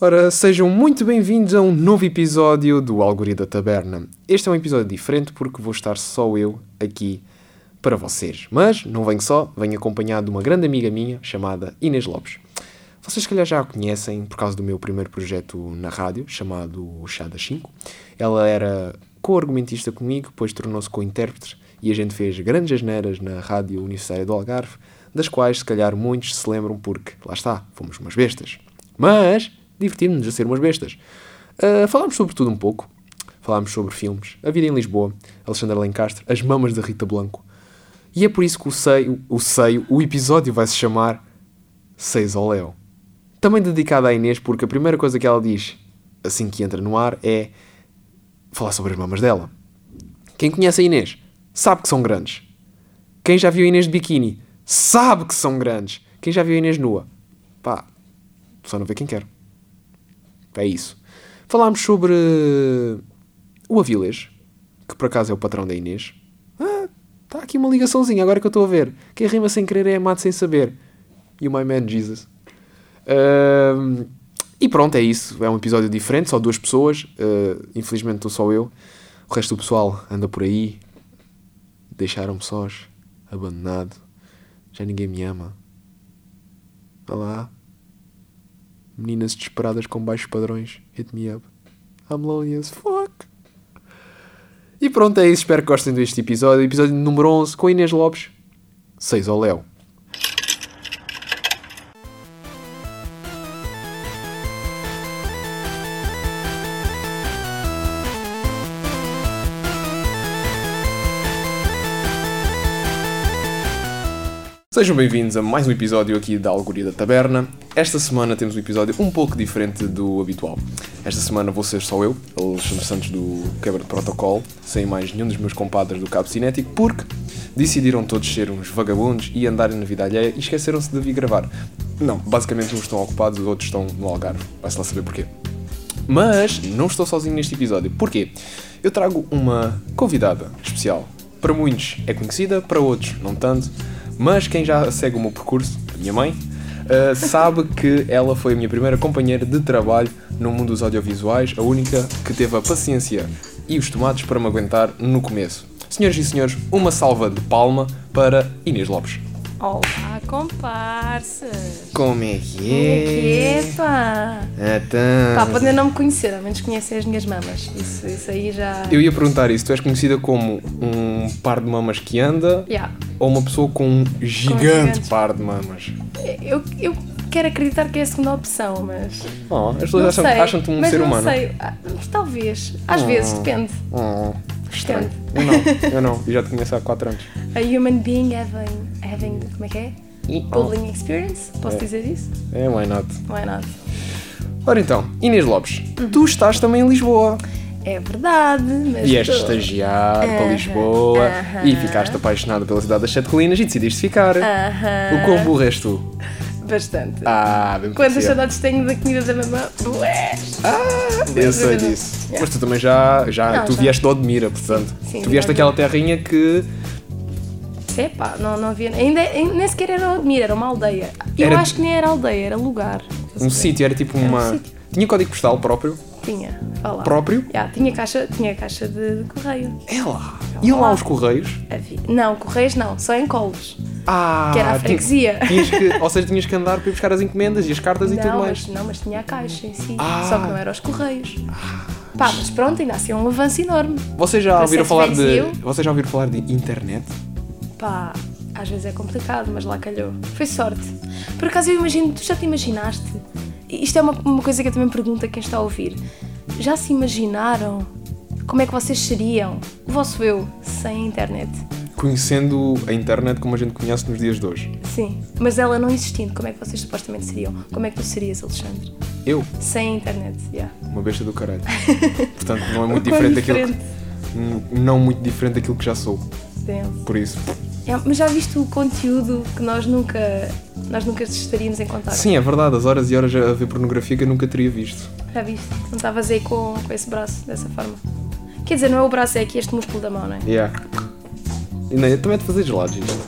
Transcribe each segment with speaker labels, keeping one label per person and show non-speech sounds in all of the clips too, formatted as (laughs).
Speaker 1: Ora, sejam muito bem-vindos a um novo episódio do Algoritmo da Taberna. Este é um episódio diferente porque vou estar só eu aqui para vocês. Mas não venho só, venho acompanhado de uma grande amiga minha chamada Inês Lopes. Vocês, se calhar, já a conhecem por causa do meu primeiro projeto na rádio, chamado Chá das 5. Ela era co-argumentista comigo, depois tornou-se co-intérprete e a gente fez grandes asneiras na Rádio Universitária do Algarve, das quais, se calhar, muitos se lembram porque, lá está, fomos umas bestas. Mas divertimos-nos a ser umas bestas. Ah, falámos sobre tudo um pouco. Falámos sobre filmes, a vida em Lisboa, Alexandre Lencastre, as mamas da Rita Blanco. E é por isso que o seio, o seio, o episódio vai se chamar Seis ao Léo. Também dedicado à Inês, porque a primeira coisa que ela diz assim que entra no ar é falar sobre as mamas dela. Quem conhece a Inês sabe que são grandes. Quem já viu a Inês de biquíni sabe que são grandes. Quem já viu a Inês nua, pá, só não vê quem quer. É isso. Falámos sobre eh, o Avilés, que por acaso é o patrão da Inês. Ah, está aqui uma ligaçãozinha agora que eu estou a ver. Quem rima sem querer é amado sem saber. E o My Man Jesus. Ahm, e pronto, é isso. É um episódio diferente, só duas pessoas. Ah, infelizmente estou só eu. O resto do pessoal anda por aí. Deixaram-me sós, abandonado. Já ninguém me ama. Olá. Meninas desesperadas com baixos padrões. Hit me up. I'm lonely as fuck. E pronto, é isso. Espero que gostem deste episódio. Episódio número 11 com Inês Lopes. 6 ao Léo. Sejam bem-vindos a mais um episódio aqui da Algoria da Taberna. Esta semana temos um episódio um pouco diferente do habitual. Esta semana vou ser só eu, Alexandre Santos do Quebra de Protocolo, sem mais nenhum dos meus compadres do Cabo Cinético, porque decidiram todos ser uns vagabundos e andarem na vida alheia e esqueceram-se de vir gravar. Não, basicamente uns estão ocupados, os outros estão no Algarve. Vai-se lá saber porquê. Mas não estou sozinho neste episódio. Porquê? Eu trago uma convidada especial. Para muitos é conhecida, para outros não tanto. Mas quem já segue o meu percurso, a minha mãe, eh, sabe (laughs) que ela foi a minha primeira companheira de trabalho no mundo dos audiovisuais, a única que teve a paciência e os tomates para me aguentar no começo. Senhoras e senhores, uma salva de palma para Inês Lopes.
Speaker 2: Olá, comparsas!
Speaker 1: Como é Então, que é?
Speaker 2: Epa!
Speaker 1: Ah.
Speaker 2: Pá, podem não me conhecer, ao menos conhecem as minhas mamas. Isso, isso aí já.
Speaker 1: Eu ia perguntar isso. Tu és conhecida como um par de mamas que anda
Speaker 2: Yeah.
Speaker 1: ou uma pessoa com um gigante
Speaker 2: gigantes.
Speaker 1: par de mamas?
Speaker 2: Eu, eu quero acreditar que é a segunda opção, mas.
Speaker 1: Oh, as
Speaker 2: não
Speaker 1: pessoas acham-
Speaker 2: sei,
Speaker 1: acham-te um
Speaker 2: mas
Speaker 1: ser
Speaker 2: não
Speaker 1: humano.
Speaker 2: Sei. Ah, Talvez. Às vezes, depende.
Speaker 1: Oh, estranho.
Speaker 2: Depende.
Speaker 1: Eu não, eu não. Eu já te conheço há 4 anos.
Speaker 2: A human being having. having como é que é? Bullying experience? Posso dizer isso?
Speaker 1: É, why not?
Speaker 2: Why not?
Speaker 1: Ora então, Inês Lopes,
Speaker 2: Uhum.
Speaker 1: tu estás também em Lisboa.
Speaker 2: É verdade, mas.
Speaker 1: E és
Speaker 2: tô-
Speaker 1: estagiar para
Speaker 2: Aham,
Speaker 1: Lisboa
Speaker 2: aham. Ah.
Speaker 1: e ficaste apaixonada pela cidade das Sete Colinas e decidiste ficar.
Speaker 2: Aham.
Speaker 1: O quão burro és tu?
Speaker 2: Bastante.
Speaker 1: Ah, bem
Speaker 2: Quantas
Speaker 1: parecia.
Speaker 2: saudades tenho da comida da mamã? Bué!
Speaker 1: Ah, eu sei disso.
Speaker 2: Yeah.
Speaker 1: Mas tu também já. já
Speaker 2: Não,
Speaker 1: tu
Speaker 2: já.
Speaker 1: vieste de Odmira, portanto.
Speaker 2: Sim,
Speaker 1: tu vieste
Speaker 2: de
Speaker 1: daquela terrinha que
Speaker 2: Epá, não, não havia. Ainda, ainda nem sequer era Odmir, era uma aldeia. Eu
Speaker 1: Era-
Speaker 2: acho que nem era aldeia, era lugar.
Speaker 1: um sítio era tipo uma.
Speaker 2: sítio.
Speaker 1: tinha código postal próprio.
Speaker 2: Tinha, vá lá.
Speaker 1: Próprio?
Speaker 2: Já, tinha caixa, tinha caixa de, de correio.
Speaker 1: É lá. E lá os correios.
Speaker 2: Havia- Não, correios não, só em colos.
Speaker 1: Ah,
Speaker 2: Que era a
Speaker 1: ti-
Speaker 2: freguesia.
Speaker 1: Tinhas que, ou seja, tinhas que andar para ir buscar as encomendas e as cartas e tudo
Speaker 2: não,
Speaker 1: mais.
Speaker 2: mas, não, mas tinha a caixa em si.
Speaker 1: Ah.
Speaker 2: Só que não era os correios. Pá, mas pronto, ainda assim é um avanço enorme.
Speaker 1: Vocês já
Speaker 2: Para
Speaker 1: ouviram
Speaker 2: ser
Speaker 1: falar de.
Speaker 2: freguesia.
Speaker 1: Vocês já ouviram falar de internet?
Speaker 2: Pá, às vezes é complicado, mas lá calhou. Foi sorte. Por acaso eu imagino, tu já te imaginaste? Isto é uma, uma coisa que eu também pergunto a quem está a ouvir. Já se imaginaram como é que vocês seriam, o vosso eu, sem a internet?
Speaker 1: Conhecendo a internet como a gente conhece nos dias de hoje.
Speaker 2: Sim, mas ela não existindo, como é que vocês supostamente seriam? Como é que tu serias, Alexandre?
Speaker 1: Eu,
Speaker 2: Sem a internet, yeah.
Speaker 1: uma besta do
Speaker 2: (laughs)
Speaker 1: caralho. Portanto, não é muito
Speaker 2: O quão
Speaker 1: diferente, daquilo que. Não muito diferente daquilo que já sou.
Speaker 2: Damn.
Speaker 1: Por isso.
Speaker 2: É, mas já viste o conteúdo que nós nunca, nós nunca estaríamos em contato?
Speaker 1: Sim, é verdade, as horas e horas a ver pornografia que eu nunca teria visto.
Speaker 2: Já viste? Não estavas aí com, com esse braço, dessa forma. Quer dizer, não é o braço, é aqui este músculo da mão, não é?
Speaker 1: Yeah. E não, eu também é de fazer gelados isto.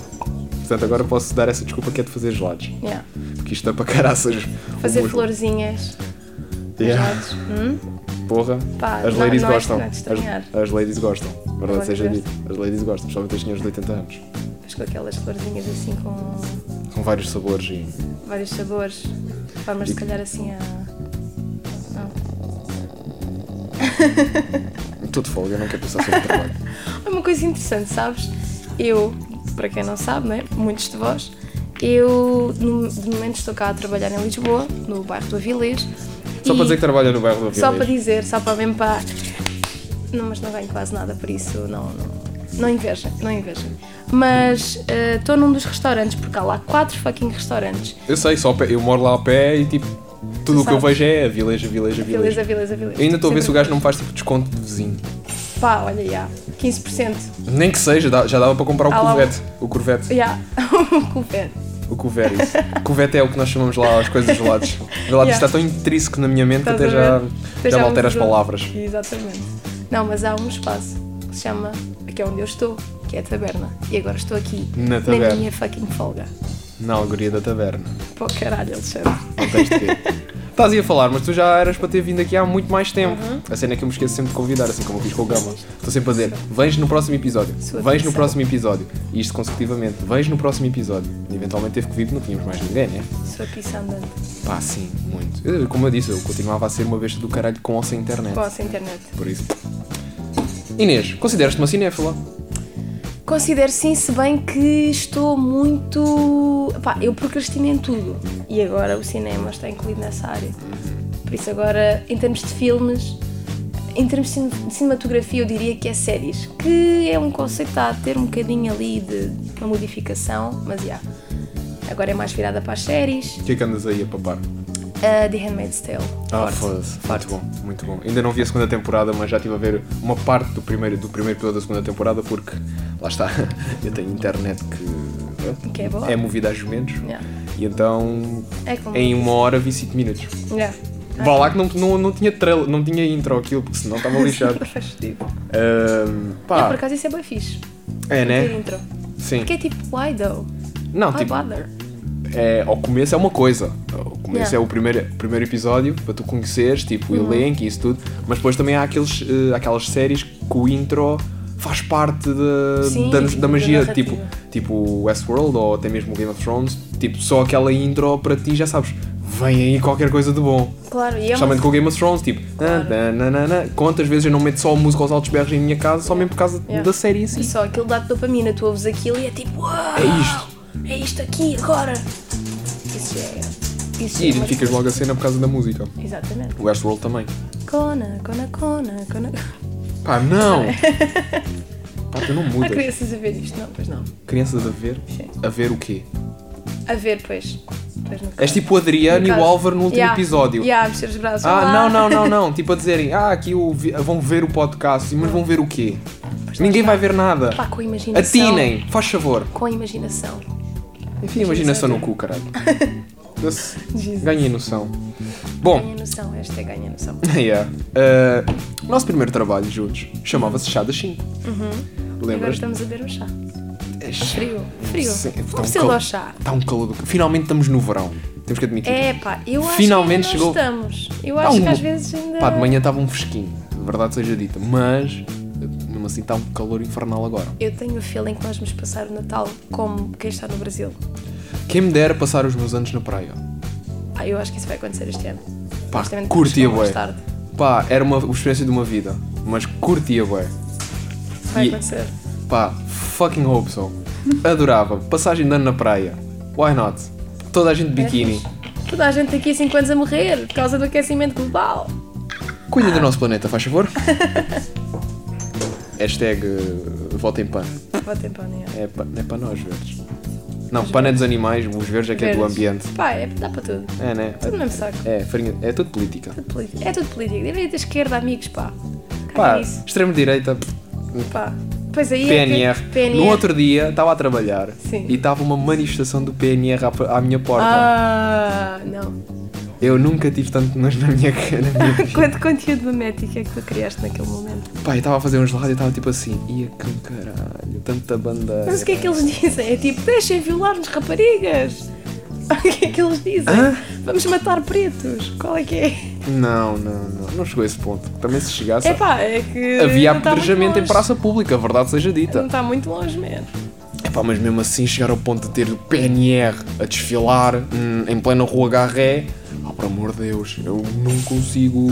Speaker 1: Portanto, agora posso dar essa desculpa que é de fazer gelados.
Speaker 2: Yeah.
Speaker 1: Porque isto dá para caraças. o
Speaker 2: Fazer
Speaker 1: músculo.
Speaker 2: florzinhas.
Speaker 1: Yeah.
Speaker 2: Jatos. Hum?
Speaker 1: Porra,
Speaker 2: Pá,
Speaker 1: as
Speaker 2: não-
Speaker 1: ladies
Speaker 2: não é
Speaker 1: gostam.
Speaker 2: de estranhar.
Speaker 1: as, as ladies gostam. Verdade
Speaker 2: ladies
Speaker 1: seja
Speaker 2: gostam.
Speaker 1: dita. As ladies gostam, principalmente as senhoras de 80 anos.
Speaker 2: Mas com aquelas florzinhas assim com
Speaker 1: Com vários sabores e.
Speaker 2: vários sabores. Formas se calhar assim a.
Speaker 1: Estou de folga, eu não quero pensar sobre o trabalho.
Speaker 2: É uma coisa interessante, sabes? Eu, para quem não sabe, né? muitos de vós, eu no- de momento estou cá a trabalhar em Lisboa, no bairro do Avilés.
Speaker 1: Só
Speaker 2: e-
Speaker 1: para dizer que trabalha no bairro do
Speaker 2: Só para
Speaker 1: Avilés.
Speaker 2: dizer, só para mesmo para. Não, mas não ganho quase nada, por isso não, não, não inveja, não inveja. Mas eh, estou num dos restaurantes, porque há lá quatro fucking restaurantes.
Speaker 1: Eu sei, só ao pé- eu moro lá a pé e tipo, tudo o que eu
Speaker 2: sabes.
Speaker 1: vejo é Avilés, Avilés, Avilés.
Speaker 2: Avilés, Avilés, Avilés.
Speaker 1: Eu ainda estou a ver se o
Speaker 2: Sempre-
Speaker 1: gajo não me faz tipo desconto de vizinho.
Speaker 2: Pá, olha, já. 15%.
Speaker 1: Nem que seja, dá- já dava para comprar o
Speaker 2: Ah, lá o-
Speaker 1: Corvette. O Corvette.
Speaker 2: Já. (laughs) O cupê.
Speaker 1: O Corvette. isso. Corvette é o que nós chamamos lá as coisas geladas. Gelado
Speaker 2: Yeah.
Speaker 1: está tão intrínseco na minha mente que
Speaker 2: Estás
Speaker 1: até
Speaker 2: a
Speaker 1: já,
Speaker 2: ver?
Speaker 1: já,
Speaker 2: Até
Speaker 1: me altera
Speaker 2: me
Speaker 1: as
Speaker 2: mudou.
Speaker 1: palavras.
Speaker 2: Exatamente. Não, mas há um espaço que se chama, que é onde eu estou, que é a taberna. E agora estou aqui,
Speaker 1: Na taberna.
Speaker 2: minha fucking folga.
Speaker 1: Na alegoria da taberna.
Speaker 2: Pô, caralho, Alexandre.
Speaker 1: Não tens de quê. Estás aí a falar, mas tu já eras para ter vindo aqui há muito mais tempo.
Speaker 2: Uhum.
Speaker 1: A cena é que eu me esqueço sempre de convidar, assim como eu fiz com o Gama. Estou sempre a dizer, vens no próximo episódio,
Speaker 2: Sua
Speaker 1: vens no
Speaker 2: atenção.
Speaker 1: próximo episódio. E isto consecutivamente, vens no próximo episódio. E eventualmente teve que vir porque não tínhamos mais ninguém, né?
Speaker 2: Sou pizza andante.
Speaker 1: Pá, sim, muito. Eu, como eu disse, eu continuava a ser uma besta do caralho com ou sem internet.
Speaker 2: Posso internet.
Speaker 1: Por isso. Inês, consideras-te uma cinéfila?
Speaker 2: Considero sim, se bem que estou muito. Pá, eu procrastino em tudo. E agora o cinema está incluído nessa área. Por isso, agora, em termos de filmes, em termos de cin- de cinematografia, eu diria que é séries. Que é um conceito a ter um bocadinho ali de uma modificação, mas já. Agora é mais virada para as séries.
Speaker 1: O que é que andas aí a papar?
Speaker 2: Ah, The Handmaid's Tale.
Speaker 1: Ah,
Speaker 2: Forte.
Speaker 1: foda-se. Muito
Speaker 2: Forte.
Speaker 1: bom, muito bom. Ainda não vi a segunda temporada, mas já estive a ver uma parte do primeiro, do primeiro episódio da segunda temporada porque lá está, (laughs) eu tenho internet que,
Speaker 2: Que é boa.
Speaker 1: é movida a jumentos.
Speaker 2: Yeah.
Speaker 1: E então
Speaker 2: É como. Ah,
Speaker 1: em uma hora vi 5 minutos.
Speaker 2: Yeah.
Speaker 1: Vá lá que não, não, não tinha trailer, não tinha intro aquilo, porque senão estava lixado.
Speaker 2: (laughs) Faz sentido.
Speaker 1: Ahm,
Speaker 2: Eu, por
Speaker 1: pá,
Speaker 2: acaso, isso é bem fixe.
Speaker 1: é
Speaker 2: Ter
Speaker 1: né?
Speaker 2: intro.
Speaker 1: Sim.
Speaker 2: Porque é tipo, why though?
Speaker 1: Não,
Speaker 2: Why
Speaker 1: tipo,
Speaker 2: bother?
Speaker 1: é, ao começo é uma coisa. O começo
Speaker 2: Yeah. Uhum.
Speaker 1: é o primeiro, primeiro episódio para tu conheceres, tipo, o elenco e isso tudo. Mas depois também há aqueles, eh, aquelas séries que o intro faz parte da-
Speaker 2: Sim,
Speaker 1: da, da
Speaker 2: da
Speaker 1: magia,
Speaker 2: narrativa.
Speaker 1: tipo, tipo Westworld ou até mesmo Game of Thrones. Tipo, só aquela intro para ti já sabes, vem aí qualquer coisa de bom.
Speaker 2: Claro, e é uma...
Speaker 1: Especialmente com o Game of Thrones, tipo,
Speaker 2: Claro.
Speaker 1: na, na, na, na. quantas vezes eu não meto só a música aos altos berros em minha casa, só mesmo por causa
Speaker 2: Yeah.
Speaker 1: da série em
Speaker 2: e
Speaker 1: si.
Speaker 2: só aquilo dá-te dopamina, tu ouves aquilo e é tipo, uau!
Speaker 1: É isto.
Speaker 2: É isto aqui, agora! Isso é. Isso
Speaker 1: E
Speaker 2: é uma-
Speaker 1: identificas logo a cena por causa da música.
Speaker 2: Exatamente.
Speaker 1: O Westworld também.
Speaker 2: Cona, cona, cona, cona. Ah,
Speaker 1: Pá, não!
Speaker 2: É.
Speaker 1: Pá, tu não
Speaker 2: Há
Speaker 1: mudas.
Speaker 2: crianças a ver isto? Não, pois não.
Speaker 1: Crianças a ver?
Speaker 2: Sim.
Speaker 1: A ver o quê?
Speaker 2: A ver, pois. Pois não.
Speaker 1: És tipo o Adriano e o Álvaro no último
Speaker 2: Yeah.
Speaker 1: episódio.
Speaker 2: Yeah, mexer os braços.
Speaker 1: Ah,
Speaker 2: Olá.
Speaker 1: não, não, não, não. Tipo a dizerem, ah, aqui o vi- vão ver o podcast, mas vão ver o quê?
Speaker 2: (laughs) Pois
Speaker 1: Ninguém
Speaker 2: lá
Speaker 1: vai
Speaker 2: está.
Speaker 1: ver nada.
Speaker 2: Pá, com a imaginação.
Speaker 1: Atinem, faz favor.
Speaker 2: Com a imaginação.
Speaker 1: Enfim, imaginação
Speaker 2: Imaginação.
Speaker 1: no cu,
Speaker 2: (laughs)
Speaker 1: caralho. Doce.
Speaker 2: é. Jesus.
Speaker 1: Ganhei noção. Bom, (laughs)
Speaker 2: Ganha noção, esta é ganha noção.
Speaker 1: yeah. Ah, o nosso primeiro trabalho juntos chamava-se Chá das 5.
Speaker 2: Agora
Speaker 1: Lembras?
Speaker 2: estamos a ver um chá.
Speaker 1: Está
Speaker 2: Frio, frio.
Speaker 1: Sim, tá um
Speaker 2: Vamos ser
Speaker 1: calor.
Speaker 2: ao chá.
Speaker 1: um calor do... c- Finalmente estamos no verão. Temos que admitir.
Speaker 2: É pá, eu acho
Speaker 1: Finalmente
Speaker 2: que ainda
Speaker 1: chegou.
Speaker 2: não estamos. Eu
Speaker 1: Tá
Speaker 2: acho
Speaker 1: um-
Speaker 2: que às vezes ainda.
Speaker 1: Pá, de manhã estava um fresquinho, de verdade seja dita, mas mesmo assim está um calor infernal agora.
Speaker 2: Eu tenho o feeling que nós vamos passar o Natal como quem está no Brasil.
Speaker 1: Quem me dera passar os meus anos na praia.
Speaker 2: Pá, eu acho que isso vai acontecer este ano.
Speaker 1: Pá,
Speaker 2: Justamente porque
Speaker 1: curtia
Speaker 2: chegou
Speaker 1: bué.
Speaker 2: mais tarde.
Speaker 1: Pá, era uma experiência de uma vida, mas curtia bué.
Speaker 2: Vai
Speaker 1: E-
Speaker 2: acontecer.
Speaker 1: Pá, fucking hope so. Adorava. Passagem de ano na praia. Why not? Toda a gente
Speaker 2: É
Speaker 1: de biquíni.
Speaker 2: Toda a gente aqui há 5 anos a morrer por causa do aquecimento global.
Speaker 1: Cuida
Speaker 2: Ah.
Speaker 1: do nosso planeta, faz
Speaker 2: (laughs)
Speaker 1: favor. Hashtag eh, votem pan.
Speaker 2: Vou ter pão, né?
Speaker 1: É, pa- é para nós, verdes. Não, pan é dos animais, os verdes é que é do
Speaker 2: Verdes.
Speaker 1: ambiente.
Speaker 2: Pá, é, dá para tudo.
Speaker 1: É, né?
Speaker 2: Tudo no mesmo saco.
Speaker 1: É, farinha, é tudo política.
Speaker 2: Tudo político. É tudo político. Direita, esquerda, amigos, pá. Caga
Speaker 1: Pá,
Speaker 2: nisso,
Speaker 1: extremo-direita,
Speaker 2: pá. Pois aí é.
Speaker 1: PNR.
Speaker 2: que- PNR.
Speaker 1: No outro dia estava a trabalhar
Speaker 2: Sim.
Speaker 1: e estava uma manifestação do PNR à, à minha porta.
Speaker 2: Ah, não.
Speaker 1: Eu nunca tive tanto nojo na minha cara.
Speaker 2: Quanto (laughs) conteúdo memético é que tu criaste naquele momento?
Speaker 1: Pá, eu estava a fazer uns lados e estava tipo assim, ia com caralho, tanta bandeira. é.
Speaker 2: É Mas o que é que eles dizem? É tipo, deixem violar-nos, raparigas! (laughs) O que é que eles dizem?
Speaker 1: Hã?
Speaker 2: Vamos matar pretos. Qual é que é?
Speaker 1: Não, não, não. Não chegou a esse ponto. Também se chegasse.
Speaker 2: Epá, é que.
Speaker 1: havia
Speaker 2: não tá muito
Speaker 1: apedrejamento em
Speaker 2: longe.
Speaker 1: praça pública, a verdade seja
Speaker 2: Não
Speaker 1: dita.
Speaker 2: está muito longe mesmo.
Speaker 1: Epá, mas mesmo assim chegar ao ponto de ter o PNR a desfilar hum, em plena rua Garré. Oh, por amor de Deus, eu não consigo.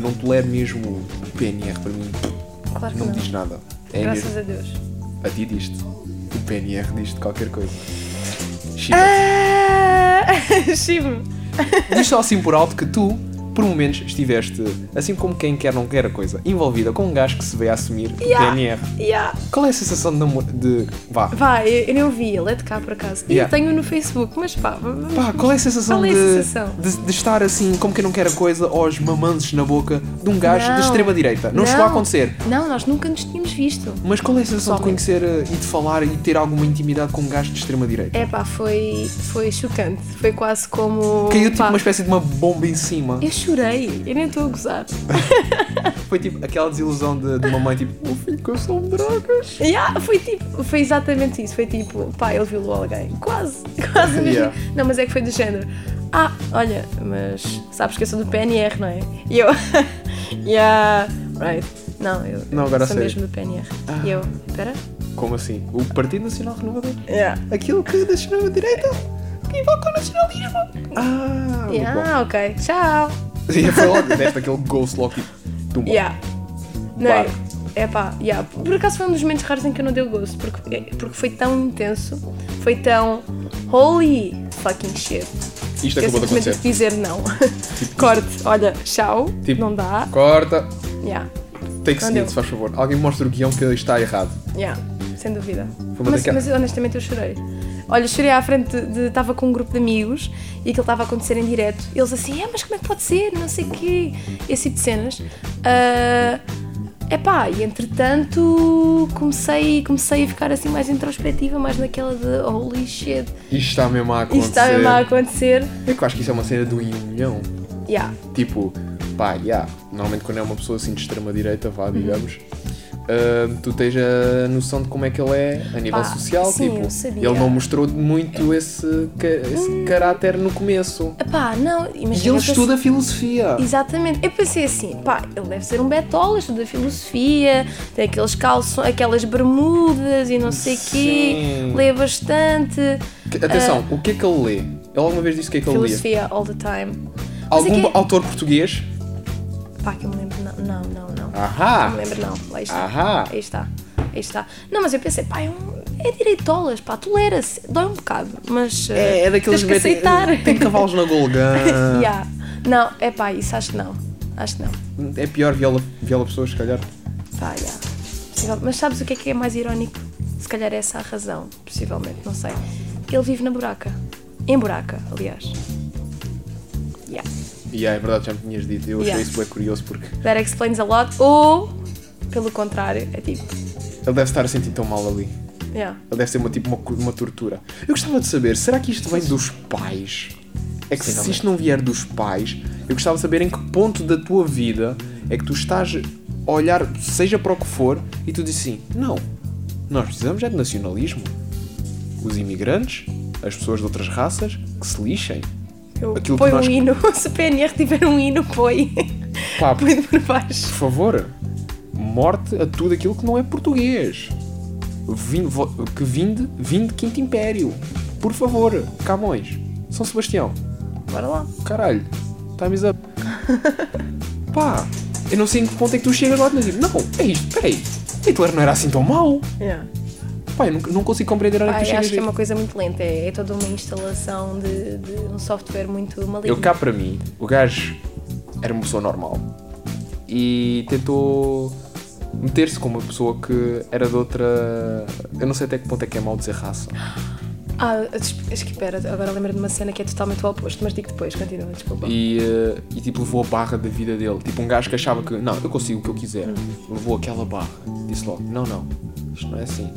Speaker 1: Não tolero mesmo o PNR para mim.
Speaker 2: Claro que
Speaker 1: Não
Speaker 2: não.
Speaker 1: me diz nada. É
Speaker 2: Graças
Speaker 1: mesmo.
Speaker 2: a Deus.
Speaker 1: A ti diz-te. O PNR diz-te qualquer coisa. Chica,
Speaker 2: Ah, (laughs) Chivo.
Speaker 1: diz só assim por alto que tu, por momentos, estiveste, assim como quem quer não quer a coisa, envolvida com um gajo que se veio a assumir
Speaker 2: Yeah.
Speaker 1: o PNR.
Speaker 2: Yeah.
Speaker 1: Qual é a sensação de namoro? De. Vá.
Speaker 2: Vai, eu, eu não vi, ele é de cá por acaso. E
Speaker 1: Yeah.
Speaker 2: eu tenho no Facebook, mas pá, vamos.
Speaker 1: Pá, qual é a sensação,
Speaker 2: Qual é a
Speaker 1: de,
Speaker 2: sensação?
Speaker 1: de, de estar assim, como quem não quer a coisa, aos mamanzes na boca de um gajo
Speaker 2: Não.
Speaker 1: de extrema-direita? Não, chegou a acontecer.
Speaker 2: Não, nós nunca nos tínhamos visto.
Speaker 1: Mas qual é a sensação de
Speaker 2: Somente.
Speaker 1: conhecer eh, e de falar e ter alguma intimidade com um gajo de extrema-direita?
Speaker 2: É pá, foi, foi chocante. Foi quase como.
Speaker 1: Caiu tipo
Speaker 2: pá,
Speaker 1: uma espécie de uma bomba em cima.
Speaker 2: Eu chorei, eu nem estou a gozar.
Speaker 1: Foi tipo aquela desilusão de, de uma mãe, tipo, oh filho, que eu sou um drogas.
Speaker 2: Yeah, foi tipo, foi exatamente isso. Foi tipo, pá, ele violou alguém. Quase, (laughs) quase mesmo.
Speaker 1: Yeah.
Speaker 2: Não, mas é que foi do género. Ah, olha, mas sabes que eu sou do PNR, não é? E eu. (laughs) yeah, right. Não, eu
Speaker 1: Não, agora
Speaker 2: sou
Speaker 1: sei.
Speaker 2: mesmo do PNR.
Speaker 1: Ah.
Speaker 2: E eu, pera?
Speaker 1: Como assim? O Partido Nacional Renovador?
Speaker 2: Yeah.
Speaker 1: Aquilo que da extrema-direita que invoca o nacionalismo. Ah, muito
Speaker 2: Yeah, ok. Tchau.
Speaker 1: bom. E foi logo, deste aquele ghost logo, tipo, tumba.
Speaker 2: Yeah. Não,
Speaker 1: Bar.
Speaker 2: é pá, yeah. por acaso foi um dos momentos raros em que eu não dei o gosto, porque, é, porque foi tão intenso, foi tão holy fucking shit.
Speaker 1: Isto é
Speaker 2: eu
Speaker 1: acabou de
Speaker 2: simplesmente
Speaker 1: acontecer.
Speaker 2: tive de dizer não. (laughs) Corte, olha, tchau,
Speaker 1: Tipo-
Speaker 2: não dá.
Speaker 1: Corta.
Speaker 2: Yeah,
Speaker 1: Take
Speaker 2: Não
Speaker 1: seguinte,
Speaker 2: deu.
Speaker 1: se faz favor. Alguém mostra o guião que está errado.
Speaker 2: yeah, sem dúvida.
Speaker 1: Foi uma
Speaker 2: Mas,
Speaker 1: daquela-
Speaker 2: mas honestamente eu chorei. Olha, chorei à frente de. Estava com um grupo de amigos e aquilo estava a acontecer em direto. Eles assim, é, mas como é que pode ser? Não sei o quê. Esse tipo de cenas. é epá, e entretanto comecei, comecei a ficar assim mais introspectiva, mais naquela de holy shit,
Speaker 1: Isto está mesmo a acontecer.
Speaker 2: isto está mesmo a acontecer.
Speaker 1: É que eu acho que isso é uma cena do em um milhão.
Speaker 2: Yeah,
Speaker 1: Tipo, pá, yeah, normalmente quando é uma pessoa assim de extrema-direita, vá,
Speaker 2: Uhum.
Speaker 1: digamos, ah, tu tens a noção de como é que ele é a nível
Speaker 2: Pá,
Speaker 1: social.
Speaker 2: sim,
Speaker 1: tipo,
Speaker 2: eu sabia.
Speaker 1: ele não mostrou muito esse, ca- esse caráter no começo.
Speaker 2: epá, não, assim. imagina.
Speaker 1: E ele
Speaker 2: que eu
Speaker 1: estuda filosofia.
Speaker 2: Exatamente. Eu pensei assim, pá, ele deve ser um betola, estuda filosofia, tem aqueles calções, aquelas bermudas e não sei o quê,
Speaker 1: Sim.
Speaker 2: lê bastante.
Speaker 1: Que- Atenção, o que é que ele lê? Ele alguma vez disse o que é que ele lê?
Speaker 2: ah, Filosofia all the time. Mas é
Speaker 1: Algum
Speaker 2: que-
Speaker 1: autor português?
Speaker 2: Pá, que eu me lembro, não, não, não, não. Não me
Speaker 1: Ahá!
Speaker 2: lembro não, lá está.
Speaker 1: Ah. Ahá!
Speaker 2: Aí está, aí está. Não, mas eu pensei, pá, é, um, é direitolas, pá, tolera-se, dói um bocado, mas
Speaker 1: É,
Speaker 2: eh,
Speaker 1: é daqueles
Speaker 2: tens que
Speaker 1: metem-
Speaker 2: aceitar.
Speaker 1: Tem cavalos na Golgã.
Speaker 2: (laughs) Yeah. Não, é pá, isso acho que não, acho que não.
Speaker 1: É pior viola, viola pessoas, se calhar.
Speaker 2: Pá, já. Possível- Mas sabes o que é que é mais irónico? Se calhar essa é a razão, possivelmente, não sei. Ele vive na buraca. Em buraca, aliás. Yeah.
Speaker 1: E yeah, é verdade, já me tinhas dito. Eu achei
Speaker 2: Yeah.
Speaker 1: isso bem curioso porque
Speaker 2: That explains a lot. Ou, pelo contrário, é tipo.
Speaker 1: ele deve estar a sentir tão mal ali.
Speaker 2: Yeah.
Speaker 1: Ele deve ser uma, tipo, uma, cu- uma tortura. Eu gostava de saber, será que isto vem dos pais? É que se
Speaker 2: Possivelmente.
Speaker 1: isto não vier dos pais, eu gostava de saber em que ponto da tua vida é que tu estás a olhar, seja para o que for, e tu dizes assim: não, nós precisamos é de nacionalismo. Os imigrantes, as pessoas de outras raças, que se lixem.
Speaker 2: Eu
Speaker 1: Aquilo que
Speaker 2: põe
Speaker 1: nós-
Speaker 2: um hino. (laughs) Se o PNR tiver um hino, põe. (laughs)
Speaker 1: Pá,
Speaker 2: põe de por baixo.
Speaker 1: Por favor, morte a tudo aquilo que não é português. Vinde, vo- que vinde, vinde Quinto Império. Por favor, Camões, São Sebastião,
Speaker 2: Bora lá.
Speaker 1: caralho, time's
Speaker 2: (laughs)
Speaker 1: up. Pá, eu não sei em que ponto é que tu chegas lá, mas digo, não, é isto, peraí, Hitler não era assim tão mau.
Speaker 2: Yeah.
Speaker 1: Pá, eu não, não consigo compreender onde é
Speaker 2: Pá,
Speaker 1: que tu
Speaker 2: eu
Speaker 1: chegas.
Speaker 2: acho que é
Speaker 1: aí.
Speaker 2: uma coisa muito lenta. É, é toda uma instalação de, de um software muito
Speaker 1: Eu
Speaker 2: maligno.
Speaker 1: cá para mim, o gajo era uma pessoa normal e tentou meter-se com uma pessoa que era de outra. Eu não sei até que ponto é que é mau dizer raça.
Speaker 2: Ah, acho que espera, agora lembro de uma cena que é totalmente o oposto, mas digo depois, continua, desculpa.
Speaker 1: E, eh, e, tipo levou a barra da vida dele. Tipo um gajo que achava que não, eu consigo o que eu quiser. Levou aquela barra. Disse logo: não, não, isto não é assim.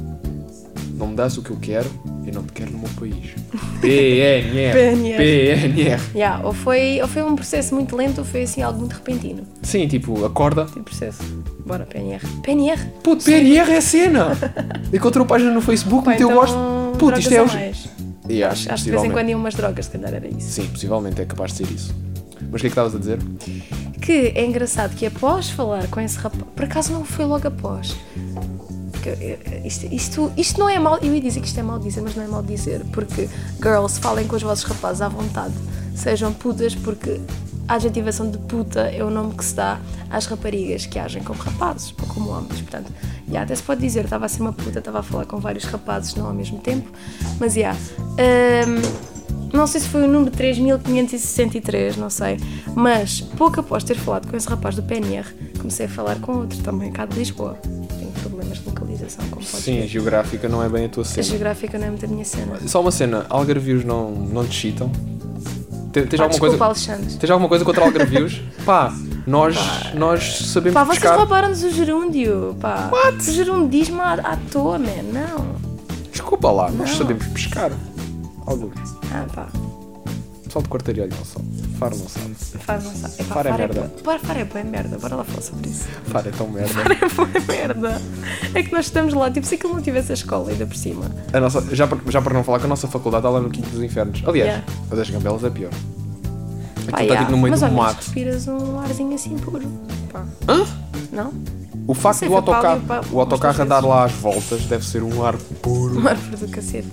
Speaker 1: Não me dás o que eu quero, eu não te quero no meu país. PNR.
Speaker 2: PNR.
Speaker 1: PNR.
Speaker 2: Yeah, ou, foi, ou foi um processo muito lento ou foi assim algo muito repentino.
Speaker 1: Sim, tipo, acorda.
Speaker 2: Tipo processo. Bora, PNR. PNR!
Speaker 1: Puto, PNR é a cena! Encontrou página no Facebook,
Speaker 2: Pá,
Speaker 1: meteu
Speaker 2: então,
Speaker 1: gosto. Puto, isto é
Speaker 2: drogas
Speaker 1: os.
Speaker 2: a mais.
Speaker 1: Yeah,
Speaker 2: acho, acho que de vez em
Speaker 1: possivelmente.
Speaker 2: quando iam umas drogas, se calhar era isso.
Speaker 1: Sim, possivelmente é capaz de ser isso. Mas o que é que estavas a dizer?
Speaker 2: Que é engraçado que após falar com esse rapaz, por acaso não foi logo após. Porque eh, isto, isto, isto não é mal, eu ia dizer que isto é mal dizer, mas não é mal dizer, porque girls, falem com os vossos rapazes à vontade, sejam putas, porque a adjetivação de puta é o nome que se dá às raparigas que agem como rapazes ou como homens, portanto, yeah, até se pode dizer, eu estava a ser uma puta, estava a falar com vários rapazes, não ao mesmo tempo, mas hum, yeah. Ahm, não sei se foi o número 3563, não sei, mas pouco após ter falado com esse rapaz do PNR, comecei a falar com outro também cá de Lisboa. Tenho problemas de localização, como podes
Speaker 1: Sim,
Speaker 2: ver.
Speaker 1: geográfica não é bem a tua
Speaker 2: A
Speaker 1: cena.
Speaker 2: geográfica não é muito a minha cena.
Speaker 1: Só uma cena, algarvios não, não te chitam? Te- Tens
Speaker 2: Pá,
Speaker 1: alguma
Speaker 2: Ah, desculpa,
Speaker 1: coisa...
Speaker 2: Alexandre.
Speaker 1: Tens alguma coisa contra
Speaker 2: (laughs)
Speaker 1: algarvios? Pá, nós, nós sabemos
Speaker 2: Pá, vocês
Speaker 1: pescar.
Speaker 2: roubaram-nos o gerúndio, pá. What? O gerundismo à, à toa, man, não.
Speaker 1: Desculpa lá, nós
Speaker 2: Não.
Speaker 1: sabemos pescar. Alguns.
Speaker 2: Ah, pá,
Speaker 1: Pessoal de quartarilho não sabe. Faro não sabe.
Speaker 2: faz não sabe. Epá,
Speaker 1: Faro é
Speaker 2: Faro
Speaker 1: merda.
Speaker 2: bué- Faro- Faro é boa merda, bora lá falar sobre isso. (laughs)
Speaker 1: Faro é tão merda.
Speaker 2: Faro é boa merda. É que nós estamos lá, tipo, se aquilo não tivesse a escola ainda por cima.
Speaker 1: A nossa, já, para- já para não falar que a nossa faculdade está lá no Quinto dos Infernos. Aliás,
Speaker 2: Yeah.
Speaker 1: a das Gambelas é pior. Aquilo está
Speaker 2: Pá, yeah.
Speaker 1: tipo no meio
Speaker 2: Mas
Speaker 1: do
Speaker 2: ao menos
Speaker 1: mato.
Speaker 2: respiras um arzinho assim puro. Pá.
Speaker 1: Hã?
Speaker 2: Não? (laughs)
Speaker 1: O facto
Speaker 2: Sei,
Speaker 1: do
Speaker 2: foi para ali,
Speaker 1: autocarro,
Speaker 2: para- assim. para
Speaker 1: o autocarro
Speaker 2: mostrar
Speaker 1: andar
Speaker 2: isso.
Speaker 1: lá às voltas deve ser um ar puro.
Speaker 2: Uma árvore do cacete.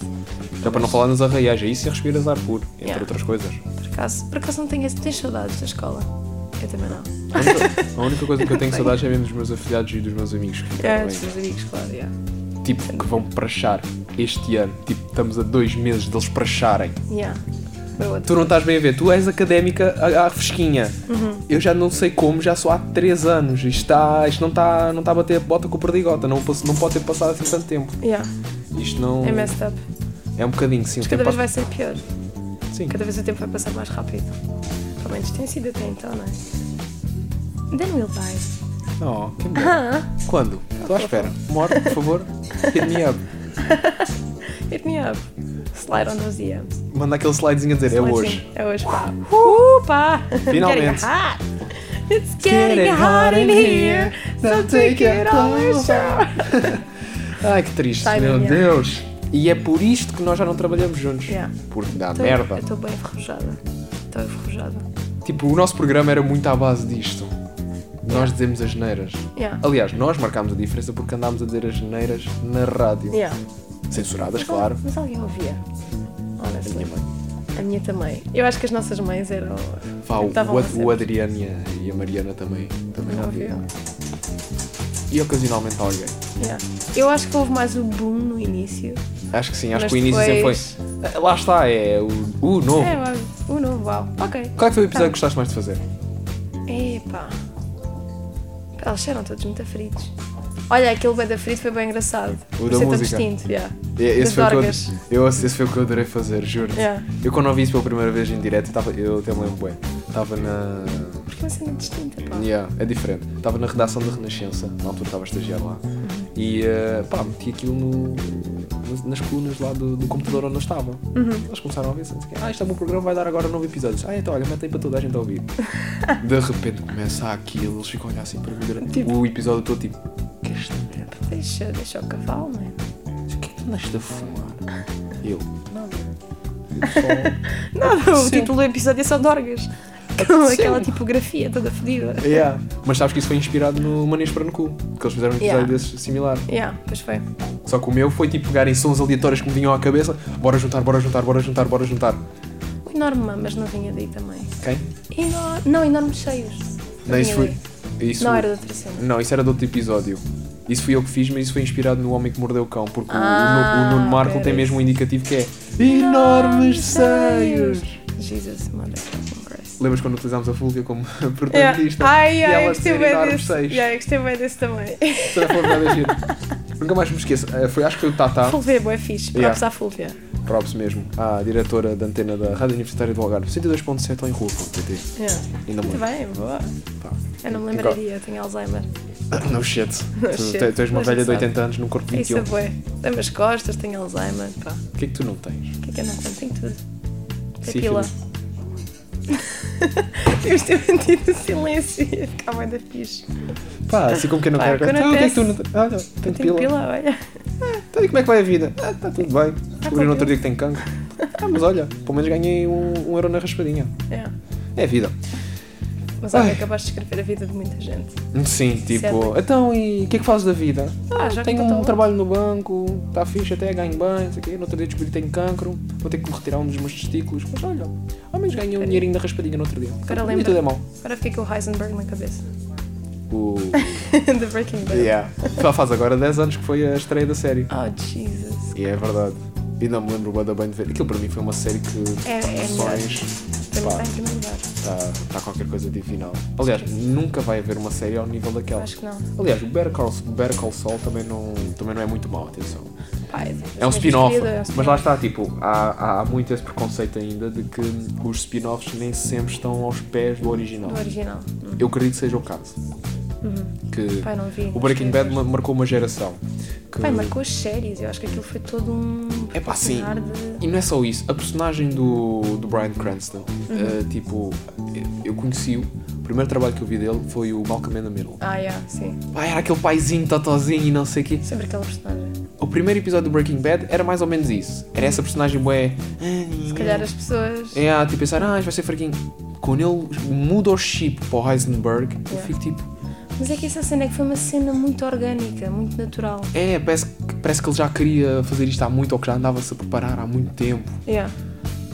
Speaker 1: Já para não falar nos arraiais, aí se respiras ar puro, entre
Speaker 2: Yeah.
Speaker 1: outras
Speaker 2: (laughs)
Speaker 1: coisas.
Speaker 2: Por acaso, por acaso não tenho esse. Tens saudades da escola? Eu também não.
Speaker 1: A única, a única coisa que eu tenho saudades é mesmo dos meus afilhados e dos meus amigos que
Speaker 2: É,
Speaker 1: ficaram
Speaker 2: dos
Speaker 1: aí.
Speaker 2: teus amigos, claro. Yeah.
Speaker 1: Tipo, que vão prachar este ano. Tipo, estamos a dois meses deles pracharem.
Speaker 2: Yeah. Foi outro.
Speaker 1: Tu não estás bem a ver, tu és académica à, à fresquinha.
Speaker 2: Uhum.
Speaker 1: Eu já não sei como, já sou há 3 anos. Isto, está, isto não está não está a bater a bota com o perdigota. Não, posso- não pode ter passado assim tanto tempo.
Speaker 2: Yeah.
Speaker 1: Isto não.
Speaker 2: É messed up.
Speaker 1: é um bocadinho, sim. o
Speaker 2: Cada
Speaker 1: tempo
Speaker 2: vez vai ser pior.
Speaker 1: passa- Sim.
Speaker 2: Cada vez o tempo vai passar mais rápido. Pelo menos tem sido até então, não é? Then we'll die.
Speaker 1: Oh, que bom.
Speaker 2: Ah,
Speaker 1: Quando? Estou à espera. Morte, por favor.
Speaker 2: (laughs)
Speaker 1: Hit me up.
Speaker 2: hit me up. Slide on those DMs.
Speaker 1: Manda aquele slidezinho a dizer, é
Speaker 2: Slidezinho.
Speaker 1: hoje.
Speaker 2: É hoje, pá. Uh, pá.
Speaker 1: Finalmente.
Speaker 2: Getting hot. It's getting hot in here. So take it all and shower.
Speaker 1: Ai, que triste,
Speaker 2: Sai da
Speaker 1: meu
Speaker 2: minha.
Speaker 1: Deus. E é por isto que nós já não trabalhamos juntos.
Speaker 2: Yeah. Então,
Speaker 1: Porque dá
Speaker 2: Tô-
Speaker 1: merda.
Speaker 2: Eu estou bem enferrujada. Estou enferrujada.
Speaker 1: Tipo, o nosso programa era muito à base disto. Nós dizemos as neiras.
Speaker 2: Yeah.
Speaker 1: Aliás, nós marcámos a diferença porque andámos a dizer as neiras na rádio.
Speaker 2: Yeah.
Speaker 1: Censuradas,
Speaker 2: Mas,
Speaker 1: claro.
Speaker 2: al- mas alguém ouvia.
Speaker 1: A
Speaker 2: Honestly.
Speaker 1: minha mãe.
Speaker 2: A minha também. Eu acho que as nossas mães eram.
Speaker 1: Vá, o,
Speaker 2: estavam
Speaker 1: o
Speaker 2: lá
Speaker 1: Ad-
Speaker 2: sempre.
Speaker 1: o Adriano e a, e a Mariana também, também
Speaker 2: Não
Speaker 1: ouviam.
Speaker 2: ouviam.
Speaker 1: E ocasionalmente alguém.
Speaker 2: Yeah. Eu acho que houve mais o boom no início.
Speaker 1: Acho que sim, acho
Speaker 2: Mas
Speaker 1: que o início
Speaker 2: depois-
Speaker 1: sempre foi. Lá está, é o, o novo.
Speaker 2: É, mas o novo, uau. Ok.
Speaker 1: Qual é que foi o episódio
Speaker 2: Tá.
Speaker 1: que gostaste mais de fazer?
Speaker 2: Epá. Pá, Eles eram todos muito aflitos. Olha, aquele bem da frito foi bem engraçado.
Speaker 1: O
Speaker 2: Por
Speaker 1: da
Speaker 2: isso é tão
Speaker 1: música.
Speaker 2: distinto, yeah.
Speaker 1: E- Esse
Speaker 2: É, Das
Speaker 1: foi, o que eu,
Speaker 2: Dorgas.
Speaker 1: eu- esse foi o que eu adorei fazer, juro.
Speaker 2: Yeah.
Speaker 1: Eu quando ouvi isso pela primeira vez em direto, eu, tava, eu até me lembro bem. Estava na.
Speaker 2: Porque é uma cena distinta, pá.
Speaker 1: Yeah, é diferente. Estava na redação da Renascença, na altura estava a estagiar lá. E eh, pá, meti aquilo no- nas- nas colunas lá do, do computador onde eu estava.
Speaker 2: Uhum.
Speaker 1: Eles começaram a ouvir assim, ah, isto é um bom programa, vai dar agora um novo episódio. Ah, então olha, mete aí para toda a gente a
Speaker 2: (laughs)
Speaker 1: ouvir. de repente começa aquilo, eles ficam a olhar assim para mim durante
Speaker 2: Tipo-
Speaker 1: o episódio todo tipo, que é esta merda?
Speaker 2: Deixa, deixa o cavalo, não é?
Speaker 1: O que é que andaste a fumar? Eu, nada. Eu só...
Speaker 2: Nada, o
Speaker 1: Sim.
Speaker 2: título do episódio é só Dorgas. (laughs) Com aquela (laughs) tipo tipografia toda fodida.
Speaker 1: yeah. Mas sabes que isso foi inspirado no Manias para no Cu, que eles fizeram um episódio
Speaker 2: Yeah.
Speaker 1: desses similar.
Speaker 2: Yeah, pois foi.
Speaker 1: Só que o meu foi tipo pegarem sons aleatórios que me vinham à cabeça, bora juntar, bora juntar, bora juntar, bora juntar.
Speaker 2: O enorme mamas não vinha daí também.
Speaker 1: Quem?
Speaker 2: Enor... Não, enormes cheios.
Speaker 1: Não, isso
Speaker 2: vinha
Speaker 1: foi.
Speaker 2: daí.
Speaker 1: Isso...
Speaker 2: Não, era de outra cena.
Speaker 1: Não, isso era de outro episódio. Isso fui eu que fiz, mas isso foi inspirado no Homem que Mordeu o Cão, porque o- o,
Speaker 2: Ah,
Speaker 1: Nu- o Nuno Marco
Speaker 2: era
Speaker 1: tem mesmo
Speaker 2: isso.
Speaker 1: um indicativo que é Enormes seios!
Speaker 2: Jesus, mother fucking Christ.
Speaker 1: Lembras quando utilizámos a Fulvia como (laughs)
Speaker 2: Yeah.
Speaker 1: protagonista?
Speaker 2: Ai,
Speaker 1: e
Speaker 2: ai, eu
Speaker 1: é ela
Speaker 2: gostei
Speaker 1: dizer
Speaker 2: bem
Speaker 1: enormes
Speaker 2: desse.
Speaker 1: seios.
Speaker 2: Yeah, eu gostei bem desse também.
Speaker 1: Será que foi uma piada gira? Nunca mais me esqueço. Eh, Foi, acho que foi o Tata.
Speaker 2: Fulvia, boa fixe.
Speaker 1: Yeah.
Speaker 2: Props à Fulvia.
Speaker 1: Props mesmo, à diretora da antena da Rádio Universitária do Algarve, 102.7 ou em rua.pt.
Speaker 2: Yeah.
Speaker 1: Ainda muito.
Speaker 2: Muito bem, boa.
Speaker 1: Pá.
Speaker 2: Eu não me lembraria, eu tenho Alzheimer.
Speaker 1: (laughs) No shit. tu,
Speaker 2: shit.
Speaker 1: tu- tu és uma
Speaker 2: Mas
Speaker 1: velha de
Speaker 2: sabe.
Speaker 1: 80 anos num corpo de
Speaker 2: É isso
Speaker 1: 21.
Speaker 2: é bué. Tenho as costas, tenho Alzheimer, pá.
Speaker 1: O que é que tu não tens?
Speaker 2: (laughs) O que é que eu não tenho? Tenho tudo. Tem
Speaker 1: Sífilis.
Speaker 2: pila. Devíamos ter mantido o silêncio e ia ficar bué da fixe.
Speaker 1: Pá, assim como que eu não
Speaker 2: Pá,
Speaker 1: quero.
Speaker 2: quando
Speaker 1: Então, o que é que tu não.
Speaker 2: acontece-
Speaker 1: Olha,
Speaker 2: Eu
Speaker 1: tenho pila.
Speaker 2: tenho pila, Tá olha.
Speaker 1: Então, e como é que vai a vida? Ah, está tudo bem. Descobri
Speaker 2: com
Speaker 1: no outro
Speaker 2: pila.
Speaker 1: dia que tenho cancro. Ah, mas olha, pelo menos ganhei um, um euro na raspadinha.
Speaker 2: É.
Speaker 1: É vida.
Speaker 2: Mas olha,
Speaker 1: Ai.
Speaker 2: acabaste de escrever a vida de muita gente.
Speaker 1: Sim, tipo,
Speaker 2: Certo.
Speaker 1: então e o que é que fazes da vida?
Speaker 2: Ah, já
Speaker 1: tenho
Speaker 2: que tá
Speaker 1: um
Speaker 2: lá.
Speaker 1: trabalho no banco, está fixe, até ganho bem, não sei o quê. No outro dia descobri que tenho cancro, vou ter que me retirar um dos meus testículos. Mas olha, ao menos ganhei um dinheirinho da raspadinha no outro dia.
Speaker 2: Agora
Speaker 1: E
Speaker 2: lembra-
Speaker 1: tudo é mau.
Speaker 2: Agora fiquei com o Heisenberg na cabeça. (laughs)
Speaker 1: O...
Speaker 2: The Breaking Bad.
Speaker 1: yeah. Já faz agora 10 anos que foi a estreia da série.
Speaker 2: Oh, Jesus.
Speaker 1: E é verdade. E não me lembro bué da bem de ver. Aquilo para mim foi uma série que
Speaker 2: É- é Para mim
Speaker 1: Pá.
Speaker 2: está em primeiro lugar.
Speaker 1: está qualquer coisa divinal. Aliás, nunca vai haver uma série ao nível daquela.
Speaker 2: Acho que não.
Speaker 1: Aliás, o Better Call, Better Call Saul também não, também não é muito mau, atenção.
Speaker 2: Pá,
Speaker 1: É um spin-off,
Speaker 2: é um
Speaker 1: mas lá
Speaker 2: spin-off.
Speaker 1: está, tipo, há, há- há muito esse preconceito ainda de que os spin-offs nem sempre estão aos pés do original.
Speaker 2: Do original. Hum.
Speaker 1: Eu acredito que seja o caso.
Speaker 2: Uhum.
Speaker 1: Que
Speaker 2: Pá, não vi.
Speaker 1: o Breaking
Speaker 2: Acho que- é
Speaker 1: Bad ma- marcou uma geração. Que...
Speaker 2: Pai, marcou as séries. Eu acho que aquilo foi todo um.
Speaker 1: É pá, sim.
Speaker 2: proporcionar de-
Speaker 1: E não é só isso. A personagem do, do Brian Cranston,
Speaker 2: Uhum.
Speaker 1: eh, tipo, eu conheci-o. O primeiro trabalho que eu vi dele foi o Malcolm in the Middle.
Speaker 2: Ah, yeah, sim.
Speaker 1: Pá, era aquele paizinho, totozinho e não sei o quê.
Speaker 2: Sempre aquela personagem.
Speaker 1: O primeiro episódio do Breaking Bad era mais ou menos isso. Era essa personagem bué...
Speaker 2: Se calhar as pessoas.
Speaker 1: É, ah, tipo, pensar, ah, isto vai ser fraquinho. Quando ele muda o chip para o Heisenberg, eu
Speaker 2: Yeah.
Speaker 1: fico tipo,
Speaker 2: Mas é que essa cena é que foi uma cena muito orgânica, muito natural.
Speaker 1: é, parece, que- parece que ele já queria fazer isto há muito, ou que já andava-se a preparar há muito tempo.
Speaker 2: Yeah.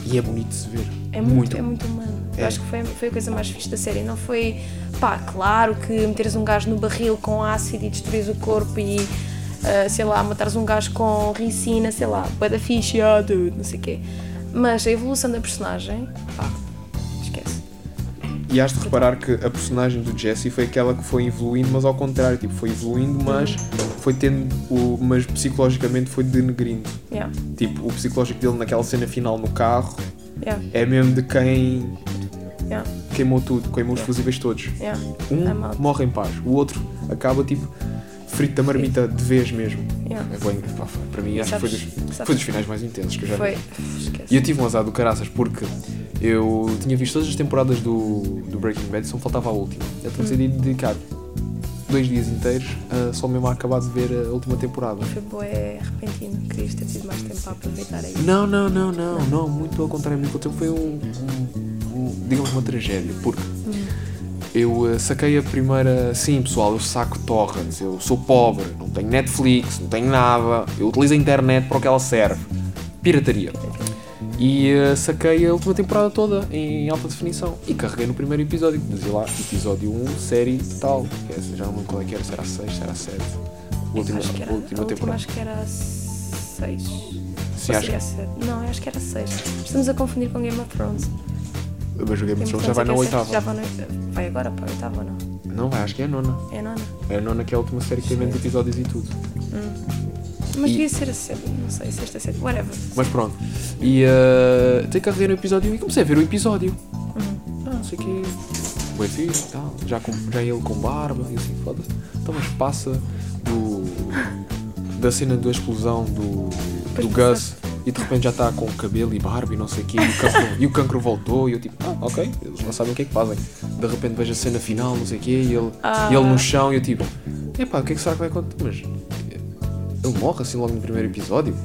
Speaker 1: E é bonito de se ver.
Speaker 2: É muito, é muito humano.
Speaker 1: É.
Speaker 2: Eu acho que foi, foi a coisa mais fixe da série. Não foi, pá, claro que meteres um gajo no barril com ácido e destruires o corpo e, ah, sei lá, matares um gajo com ricina, sei lá, bué da fixe, ah, dude, não sei o quê. Mas a evolução da personagem, pá, esquece.
Speaker 1: E has de reparar que a personagem do Jesse foi aquela que foi evoluindo, mas ao contrário, tipo, foi evoluindo, mas foi tendo, o, mas psicologicamente foi denegrindo.
Speaker 2: Yeah,
Speaker 1: Tipo, o psicológico dele naquela cena final no carro
Speaker 2: yeah,
Speaker 1: é mesmo de quem
Speaker 2: yeah,
Speaker 1: queimou tudo, queimou os fusíveis todos.
Speaker 2: yeah. É mal.
Speaker 1: Um morre em paz, o outro acaba tipo frito da marmita de vez mesmo.
Speaker 2: Yeah.
Speaker 1: É bem, pá, foi- para mim acho que foi
Speaker 2: Sabes-
Speaker 1: dos,
Speaker 2: sabes-
Speaker 1: foi dos finais mais intensos que eu já
Speaker 2: Foi,
Speaker 1: vi. E
Speaker 2: esquece.
Speaker 1: eu tive um azar do caraças porque eu tinha visto todas as temporadas do, do Breaking Bad, só me faltava a última. Então decidi dedicar dois dias inteiros a só mesmo a acabar de ver a última temporada.
Speaker 2: Foi bué repentino, querias ter tido mais tempo para aproveitar aí.
Speaker 1: Não, não, não, não, não, muito pelo contrário, muito pelo tempo foi um, um- um- digamos, uma tragédia, porque eu eh, saquei a primeira, sim pessoal, eu saco torrents, eu sou pobre, não tenho Netflix, não tenho nada, eu utilizo a internet para o que ela serve, pirataria. E eh, saquei a última temporada toda em alta definição e carreguei no primeiro episódio, que dizia lá, episódio 1, série tal, que essa já não lembro qual é que era, se era a 6, se era a 7, a última,
Speaker 2: acho que era,
Speaker 1: a última
Speaker 2: a última
Speaker 1: temporada.
Speaker 2: acho que era 6.
Speaker 1: Sim, acho
Speaker 2: Não, eu acho que era 6. Estamos a confundir com Game of Thrones.
Speaker 1: Mas o Game of
Speaker 2: Game of
Speaker 1: Thrones já vai na
Speaker 2: Thrones é que é
Speaker 1: oitava.
Speaker 2: sexta, Já vai na oitava. Vai agora para a oitava ou não?
Speaker 1: Não vai, acho que é a nona.
Speaker 2: É a nona. Hum.
Speaker 1: É a nona que é a última série que tem menos episódios e tudo.
Speaker 2: Mas
Speaker 1: E-
Speaker 2: devia ser a sétima, não sei, sexta, sétima, whatever.
Speaker 1: Mas pronto. E eh, tem que rever o episódio e comecei a ver o episódio.
Speaker 2: Uhum.
Speaker 1: Ah, não sei o quê. Foi fixe e tal. Já, com, já ele com barba e assim, foda-se. Então, mas passa do, da cena da explosão do, do Gus
Speaker 2: passa.
Speaker 1: e de repente já está com o cabelo e barba e não sei o quê. E o,
Speaker 2: (laughs)
Speaker 1: cancro, e o cancro voltou e eu tipo, ah, ok, eles não sabem o que é que fazem. De repente vejo a cena final, não sei o quê, e ele,
Speaker 2: Ah.
Speaker 1: e ele no chão e eu tipo, epá, o que é que será que vai acontecer? Mas eh, ele morre assim logo no primeiro episódio?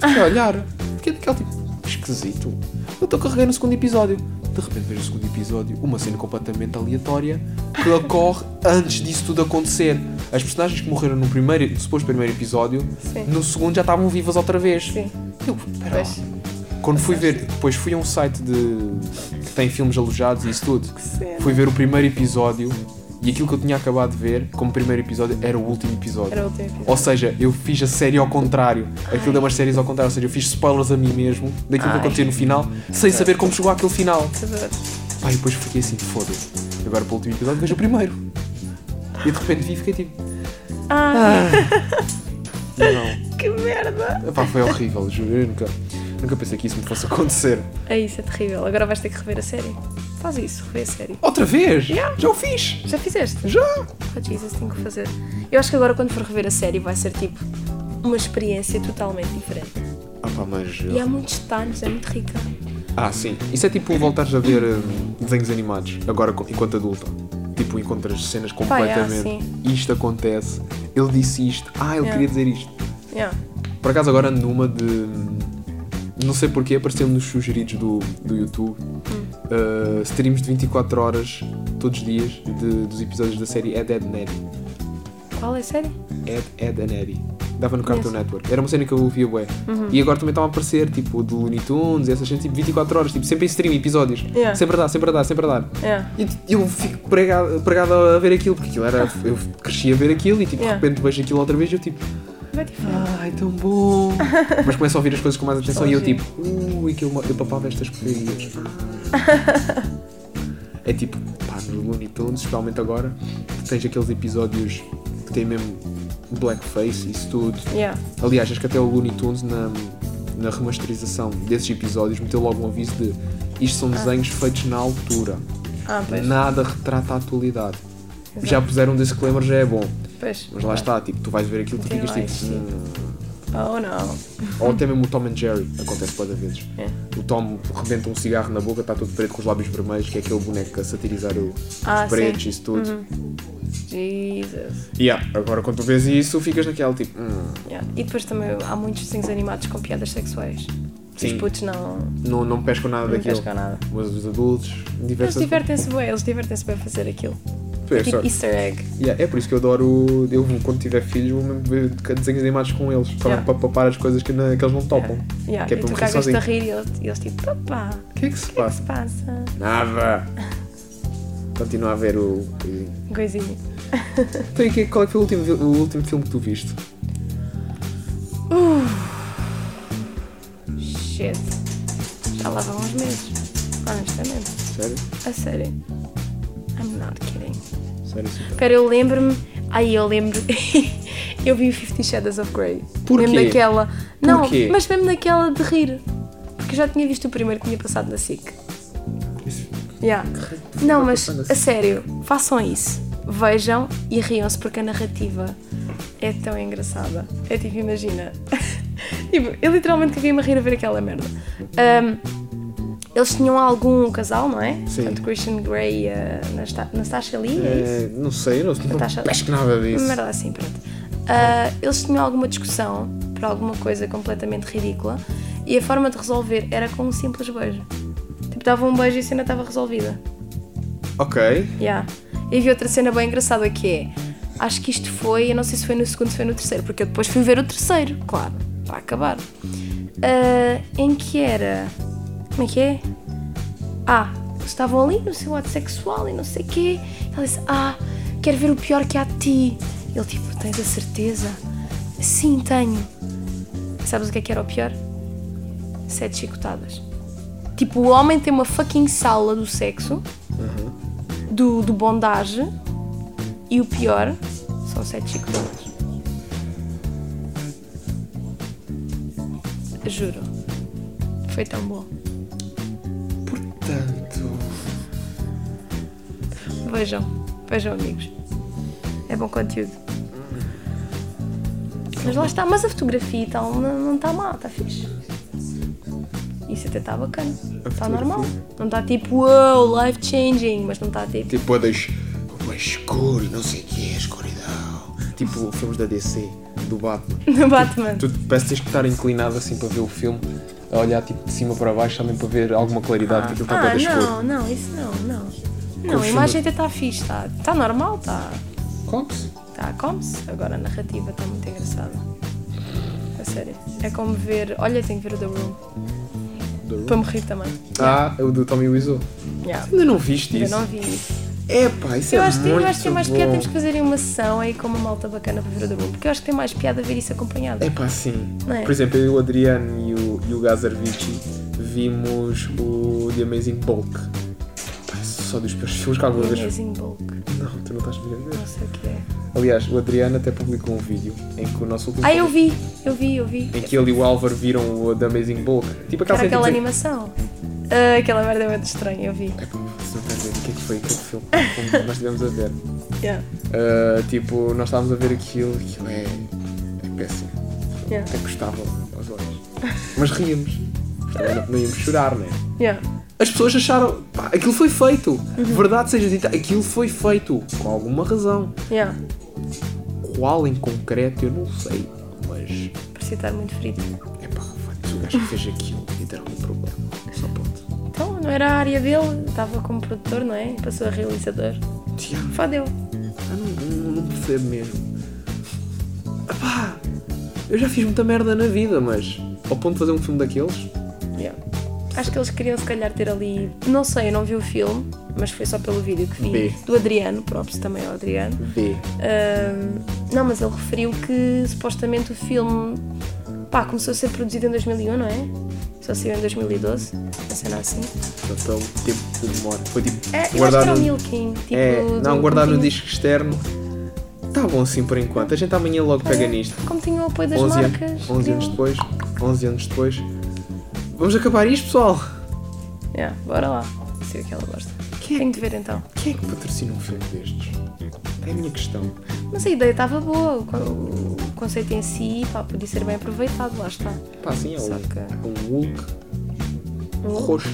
Speaker 1: Fiquei a olhar. Fiquei daquele tipo, esquisito. Eu estou carregando no segundo episódio. De repente vejo o segundo episódio, uma cena completamente aleatória que ocorre (laughs) antes disso tudo acontecer. As personagens que morreram no primeiro, suposto primeiro episódio,
Speaker 2: Sim.
Speaker 1: no segundo já estavam vivas outra vez.
Speaker 2: Sim.
Speaker 1: Eu, pera lá.
Speaker 2: Pois.
Speaker 1: Quando fui ver, depois fui a um site de que tem filmes alojados e isso tudo.
Speaker 2: cena.
Speaker 1: Fui ver o primeiro episódio e aquilo que eu tinha acabado de ver como primeiro episódio era o último episódio.
Speaker 2: Era o último episódio.
Speaker 1: Ou seja, eu fiz a série ao contrário. Aquilo deu umas séries ao contrário. Ou seja, eu fiz spoilers a mim mesmo daquilo que
Speaker 2: Ai.
Speaker 1: aconteceu no final, sem saber como chegou àquele final.
Speaker 2: Sabor.
Speaker 1: Pá, e depois fiquei assim, foda-se. Agora para o último episódio vejo o primeiro. E de repente vi e fiquei tipo.
Speaker 2: Ah,
Speaker 1: Não.
Speaker 2: que merda!
Speaker 1: Pá, foi horrível, juro. Eu nunca, nunca pensei que isso me fosse acontecer.
Speaker 2: É isso, é terrível. Agora vais ter que rever a série. Faz isso, rever a série.
Speaker 1: Outra vez?
Speaker 2: Yeah.
Speaker 1: Já o fiz!
Speaker 2: Já fizeste?
Speaker 1: Já!
Speaker 2: Oh, Jesus, tenho que fazer. Eu acho que agora quando for rever a série vai ser tipo uma experiência totalmente diferente.
Speaker 1: Ah, pá, mas.
Speaker 2: E há muitos detalhes, é muito rica.
Speaker 1: Ah, sim. Isso é tipo voltares a ver hum, desenhos animados, agora co- enquanto adulta. Tipo, encontras cenas
Speaker 2: Pá, é,
Speaker 1: completamente. isto acontece, ele disse isto, ah, ele
Speaker 2: Yeah.
Speaker 1: queria dizer isto.
Speaker 2: Yeah.
Speaker 1: Por acaso agora ando numa de. hum, Não sei porquê, apareceu-me nos sugeridos do, do YouTube uh, streams de 24 horas todos os dias de- dos episódios da série Ed, Ed and Eddy.
Speaker 2: Qual é a série?
Speaker 1: Ed, Ed and Eddy. Dava no Cartoon
Speaker 2: Conheço.
Speaker 1: Network. Era uma cena que eu ouvia bué.
Speaker 2: Uhum.
Speaker 1: E agora também estão a aparecer, tipo, de Looney Tunes e essas cenas, tipo, 24 horas, tipo, sempre em stream, episódios.
Speaker 2: Yeah.
Speaker 1: Sempre a dar, sempre a dar, sempre a dar.
Speaker 2: Yeah.
Speaker 1: E t- eu fico pregado, pregado a ver aquilo, porque aquilo era. Eu cresci a ver aquilo e, tipo,
Speaker 2: Yeah.
Speaker 1: de repente vejo aquilo outra vez e eu, tipo,
Speaker 2: Vai te falar.
Speaker 1: ai, tão
Speaker 2: (laughs)
Speaker 1: bom! Mas começo a ouvir as coisas com mais atenção e eu,
Speaker 2: Nostalgia.
Speaker 1: tipo, ui, que eu, ma- eu papava estas
Speaker 2: (laughs)
Speaker 1: porcarias. é tipo, pá, no Looney Tunes, especialmente agora, tu tens aqueles episódios que têm mesmo blackface e isso tudo.
Speaker 2: Yeah.
Speaker 1: Aliás, acho que até o Looney Tunes, na, na remasterização desses episódios, meteu logo um aviso de isto são desenhos feitos na altura,
Speaker 2: Ah, pois.
Speaker 1: nada retrata a atualidade.
Speaker 2: Exato.
Speaker 1: Já puseram um disclaimer, já é bom.
Speaker 2: Pois.
Speaker 1: Mas lá está, tipo, tu vais ver aquilo e tu
Speaker 2: Tem
Speaker 1: ficas
Speaker 2: mais,
Speaker 1: tipo.
Speaker 2: sim.
Speaker 1: "Hum,
Speaker 2: Oh, não.
Speaker 1: ou até mesmo o Tom and Jerry, acontece várias vezes.
Speaker 2: É.
Speaker 1: O Tom rebenta um cigarro na boca, está todo preto com os lábios vermelhos, que é aquele boneco a satirizar o,
Speaker 2: Ah,
Speaker 1: os pretos
Speaker 2: sim.
Speaker 1: e isso tudo.
Speaker 2: Jesus.
Speaker 1: Yeah. Agora quando tu vês isso, ficas naquela tipo. "Hum,
Speaker 2: Yeah. E depois também há muitos desenhos animados com piadas sexuais.
Speaker 1: Sim.
Speaker 2: Os putos não,
Speaker 1: não, não pescam nada
Speaker 2: não
Speaker 1: daquilo.
Speaker 2: pescam nada.
Speaker 1: Mas os adultos,
Speaker 2: Eles
Speaker 1: diversas.
Speaker 2: divertem-se bem, eles divertem-se bem a fazer aquilo.
Speaker 1: Pois,
Speaker 2: É tipo
Speaker 1: sabe?
Speaker 2: easter egg.
Speaker 1: Yeah, é por isso que eu adoro. Eu, quando tiver filhos, vou mesmo ver desenhos animados com eles, só
Speaker 2: Yeah.
Speaker 1: para papar as coisas que, na- que eles não topam.
Speaker 2: Yeah.
Speaker 1: Que é
Speaker 2: e
Speaker 1: para
Speaker 2: tu
Speaker 1: morrer
Speaker 2: cagas-te
Speaker 1: sozinho.
Speaker 2: a rir e eles, e eles tipo, papá,
Speaker 1: O que é que se
Speaker 2: o que
Speaker 1: passa?
Speaker 2: se passa?
Speaker 1: Nada! Continua a ver o. coisinho.
Speaker 2: Coisinha.
Speaker 1: Então, e que- qual é que foi o último, vi- o último filme que tu viste?
Speaker 2: Shit. Já lá vão uns meses. Honestamente.
Speaker 1: Sério?
Speaker 2: A sério. I'm not kidding.
Speaker 1: Sério, sim.
Speaker 2: Espera, eu lembro-me. Ai, eu lembro. (laughs) eu vi o Fifty Shadows of Grey.
Speaker 1: Porquê?
Speaker 2: Mesmo daquela. Não,
Speaker 1: Porquê?
Speaker 2: mas mesmo daquela de rir. Porque eu já tinha visto o primeiro que tinha passado na SIC.
Speaker 1: Isso-
Speaker 2: Yeah.
Speaker 1: que vai
Speaker 2: Não, assim. mas
Speaker 1: passar na
Speaker 2: a sério, façam isso. Vejam e riam-se porque a narrativa é tão engraçada. É tipo, imagina. (laughs) tipo, eu literalmente queria-me rir a ver aquela merda. Ahm, eles tinham algum casal, não é?
Speaker 1: Sim.
Speaker 2: Portanto, Christian Grey e a Nasta- Nastasha Lee, é isso?
Speaker 1: É, não sei, não, não
Speaker 2: Natasha-
Speaker 1: pesco nada disso.
Speaker 2: Uma merda assim, pronto. Ah, eles tinham alguma discussão por alguma coisa completamente ridícula e a forma de resolver era com um simples beijo. Tipo, dava um beijo e a cena estava resolvida.
Speaker 1: Ok.
Speaker 2: Yeah. E vi outra cena bem engraçada que é. Acho que isto foi, eu não sei se foi no segundo, se foi no terceiro, porque eu depois fui ver o terceiro, claro, para acabar. Ah, em que era. Como é que é? Ah, eles estavam ali no seu ato sexual e não sei o quê. Ela disse: Ah, quero ver o pior que há de ti. Ele tipo: Tens a certeza? Sim, tenho. Sabes o que é que era o pior? Sete chicotadas. Tipo, o homem tem uma fucking sala do sexo do, do bondage e o pior são sete chicotadas. Juro. Foi tão bom.
Speaker 1: Portanto.
Speaker 2: Vejam. Vejam, amigos. É bom conteúdo. Mas lá está. Mas a fotografia e tal não não está mal, está fixe. Isso até está bacana. Está
Speaker 1: fotografia?
Speaker 2: normal. Não está tipo, wow, life changing, mas não está tipo. (laughs)
Speaker 1: Tipo, a das. Uma escuro, não sei o que é, escuridão. Tipo, filmes da DC, do Batman.
Speaker 2: No Batman.
Speaker 1: Tu parece que tens que estar inclinado assim para ver o filme, a olhar tipo de cima para baixo também para ver alguma claridade, porque aquilo está bué
Speaker 2: Ah,
Speaker 1: da escuro.
Speaker 2: não, não, isso não, não. Não,
Speaker 1: Curso
Speaker 2: a imagem até está fixe, está tá normal, está
Speaker 1: Como-se?
Speaker 2: tá como-se. Agora a narrativa está muito engraçada. A sério. É como ver. Olha, tenho que ver o The Room.
Speaker 1: The Room?
Speaker 2: Para me rir também.
Speaker 1: Ah, é o do Tommy Wiseau.
Speaker 2: Yeah.
Speaker 1: Ainda não viste
Speaker 2: Eu
Speaker 1: isso?
Speaker 2: não vi isso.
Speaker 1: É pá, isso
Speaker 2: Eu
Speaker 1: é
Speaker 2: acho, que-
Speaker 1: muito
Speaker 2: eu acho que tem mais
Speaker 1: bom.
Speaker 2: piada, temos que fazer aí uma sessão aí com uma malta bacana para ver o The Room. Porque eu acho que tem mais piada ver isso acompanhado.
Speaker 1: É pá, sim.
Speaker 2: Não é?
Speaker 1: Por exemplo, eu, o Adriano e o, e o Gazar Vici vimos o The Amazing Bulk. Pá, é só dos piores (laughs) filmes que alguma vez.
Speaker 2: Amazing Bulk.
Speaker 1: Não, tu não estás a ver.
Speaker 2: Não sei o que é.
Speaker 1: Aliás, o Adriano até publicou um vídeo em que o nosso último.
Speaker 2: Ah, eu vi, eu vi, eu vi.
Speaker 1: Em que ele e o Álvaro viram o The Amazing Bulk. Tipo aquela
Speaker 2: Era aquela
Speaker 1: cena, tipo,
Speaker 2: animação. Ah, aquela merda é muito estranha, eu vi.
Speaker 1: É pá, você não estás a ver o que é que foi aquele filme como nós estivemos a ver.
Speaker 2: Yeah.
Speaker 1: Ah, tipo, nós estávamos a ver aquilo, aquilo é, é péssimo.
Speaker 2: Yeah.
Speaker 1: Até gostava aos olhos. Mas ríamos. Mas também não, não íamos chorar, né?
Speaker 2: Yeah.
Speaker 1: As pessoas acharam, pá, aquilo foi feito.
Speaker 2: Uhum.
Speaker 1: Verdade seja dita, aquilo foi feito. Com alguma razão.
Speaker 2: Yeah.
Speaker 1: Qual em concreto eu não sei, mas
Speaker 2: Parecia estar muito frito.
Speaker 1: é pá, o gajo que fez aquilo e deram um problema. Só pronto.
Speaker 2: Então, não era a área dele, estava como produtor, não é? Passou a realizador.
Speaker 1: Tiago,
Speaker 2: Fodeu.
Speaker 1: Eu não, não- não percebo mesmo. Epá, eu já fiz muita merda na vida, mas ao ponto de fazer um filme daqueles,
Speaker 2: Yeah. Acho que eles queriam se calhar ter ali. Não sei, eu não vi o filme, mas foi só pelo vídeo que vi.
Speaker 1: B.
Speaker 2: Do Adriano, próprio também ao Adriano.
Speaker 1: vê.
Speaker 2: Ahm, não, mas ele referiu que supostamente o filme pá, começou a ser produzido em 2001, não é? Só saiu em 2012, uma cena assim.
Speaker 1: Então, tempo de demora. Foi tipo
Speaker 2: É, eu
Speaker 1: guardar
Speaker 2: acho que era
Speaker 1: no-
Speaker 2: o Milking. Tipo,
Speaker 1: É,
Speaker 2: do-
Speaker 1: não,
Speaker 2: do-
Speaker 1: guardar
Speaker 2: como
Speaker 1: no
Speaker 2: tinha-
Speaker 1: disco externo. Tá bom assim por enquanto. A gente amanhã logo pega
Speaker 2: Olha,
Speaker 1: nisto.
Speaker 2: Como tinha o apoio das
Speaker 1: 11 anos,
Speaker 2: marcas.
Speaker 1: 11
Speaker 2: tinha-
Speaker 1: anos depois. 11 anos depois. Vamos acabar isto, pessoal.
Speaker 2: Yeah, bora lá. Sei o que ela gosta.
Speaker 1: Quem é
Speaker 2: Tenho de ver então.
Speaker 1: Quem é que patrocina um filme destes? É a minha questão.
Speaker 2: Mas a ideia estava boa, o con- o conceito em si pá, podia ser bem aproveitado, lá está.
Speaker 1: Pá, assim é um,
Speaker 2: Só que-
Speaker 1: um Hulk roxo.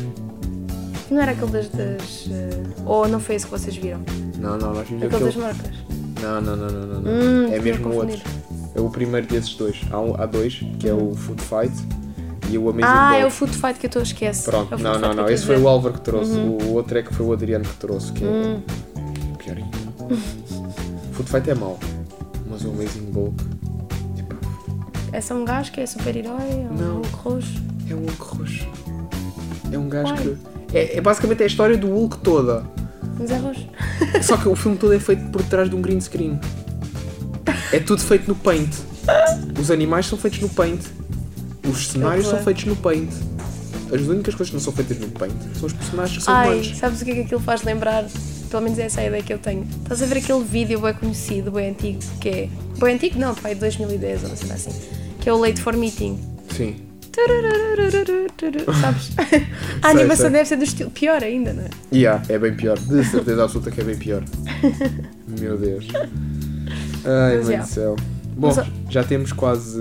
Speaker 2: Não era aquele das. das, eh, Ou não foi esse que vocês viram?
Speaker 1: Não, não, nós vimos
Speaker 2: Aquele
Speaker 1: aquele.
Speaker 2: das marcas.
Speaker 1: Não, não, não, não, não. não.
Speaker 2: Hum,
Speaker 1: é
Speaker 2: tinha
Speaker 1: mesmo o outro.
Speaker 2: confundido.
Speaker 1: É o primeiro desses dois. Há, um- há dois, que é o Food Fight e o Amazing
Speaker 2: Uhum. Ah,
Speaker 1: Dog.
Speaker 2: é o Food Fight que eu estou a esquecer. É
Speaker 1: Pronto, não, não, não. Esse foi o Álvaro que trouxe. O outro é que foi o Adriano que trouxe, que é pior ainda. Food Fight é mau, mas um o Amazing Bulk tipo,
Speaker 2: É só um gajo que é super-herói, é
Speaker 1: Não.
Speaker 2: um Hulk roxo.
Speaker 1: é um Hulk roxo. É um gajo
Speaker 2: Uai.
Speaker 1: que. É, é basicamente a história do Hulk toda.
Speaker 2: Mas é roxo.
Speaker 1: Só que o filme todo é feito por trás de um green screen. É tudo feito no paint. Os animais são feitos no paint. Os cenários são
Speaker 2: Horror.
Speaker 1: feitos no paint. As únicas coisas que não são feitas no paint são os personagens que são
Speaker 2: Ai,
Speaker 1: humanos.
Speaker 2: sabes o que é que aquilo faz lembrar? Pelo menos essa é a ideia que eu tenho. Estás a ver aquele vídeo bem conhecido, bem antigo, que é. Bem antigo? Não, pai, de 2010 ou não sei lá assim. Que é o Late for Meeting.
Speaker 1: Sim.
Speaker 2: Tururururururu, (laughs) Sabes? A
Speaker 1: Sei,
Speaker 2: animação
Speaker 1: sei.
Speaker 2: deve ser do estilo. Pior ainda, não é?
Speaker 1: Yeah, é bem pior. De certeza absoluta que é bem
Speaker 2: (laughs)
Speaker 1: pior. Meu Deus. Ai,
Speaker 2: Mas,
Speaker 1: mãe
Speaker 2: yeah.
Speaker 1: do céu. Bom,
Speaker 2: Mas, ó-
Speaker 1: já temos quase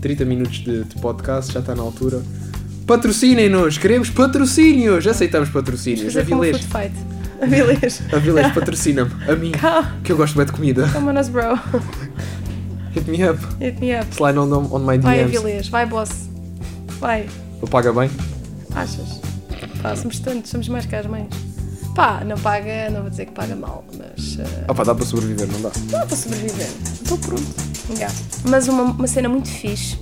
Speaker 1: 30 minutos de, de podcast, já está na altura. Patrocinem-nos! Queremos patrocínios! Aceitamos patrocínios. A
Speaker 2: Fazer como o
Speaker 1: Vilês,
Speaker 2: Food Fight. (laughs) A Vilês.
Speaker 1: a Vilês patrocina-me. A mim,
Speaker 2: Calma,
Speaker 1: que eu gosto bem de comida.
Speaker 2: Ah, come on us, bro.
Speaker 1: Hit me up.
Speaker 2: Hit me up.
Speaker 1: Slide on, on my
Speaker 2: Vai, a
Speaker 1: DMs.
Speaker 2: Vilês. Vai, boss. Vai.
Speaker 1: Ele paga bem?
Speaker 2: Achas? Pá, somos tantos, somos mais que as mães. Pá, não paga, não vou dizer que paga mal, mas. eh,
Speaker 1: Ah pá, dá para sobreviver, não dá?
Speaker 2: Dá para sobreviver. Estou pronto. Yeah. Mas uma, uma cena muito fixe,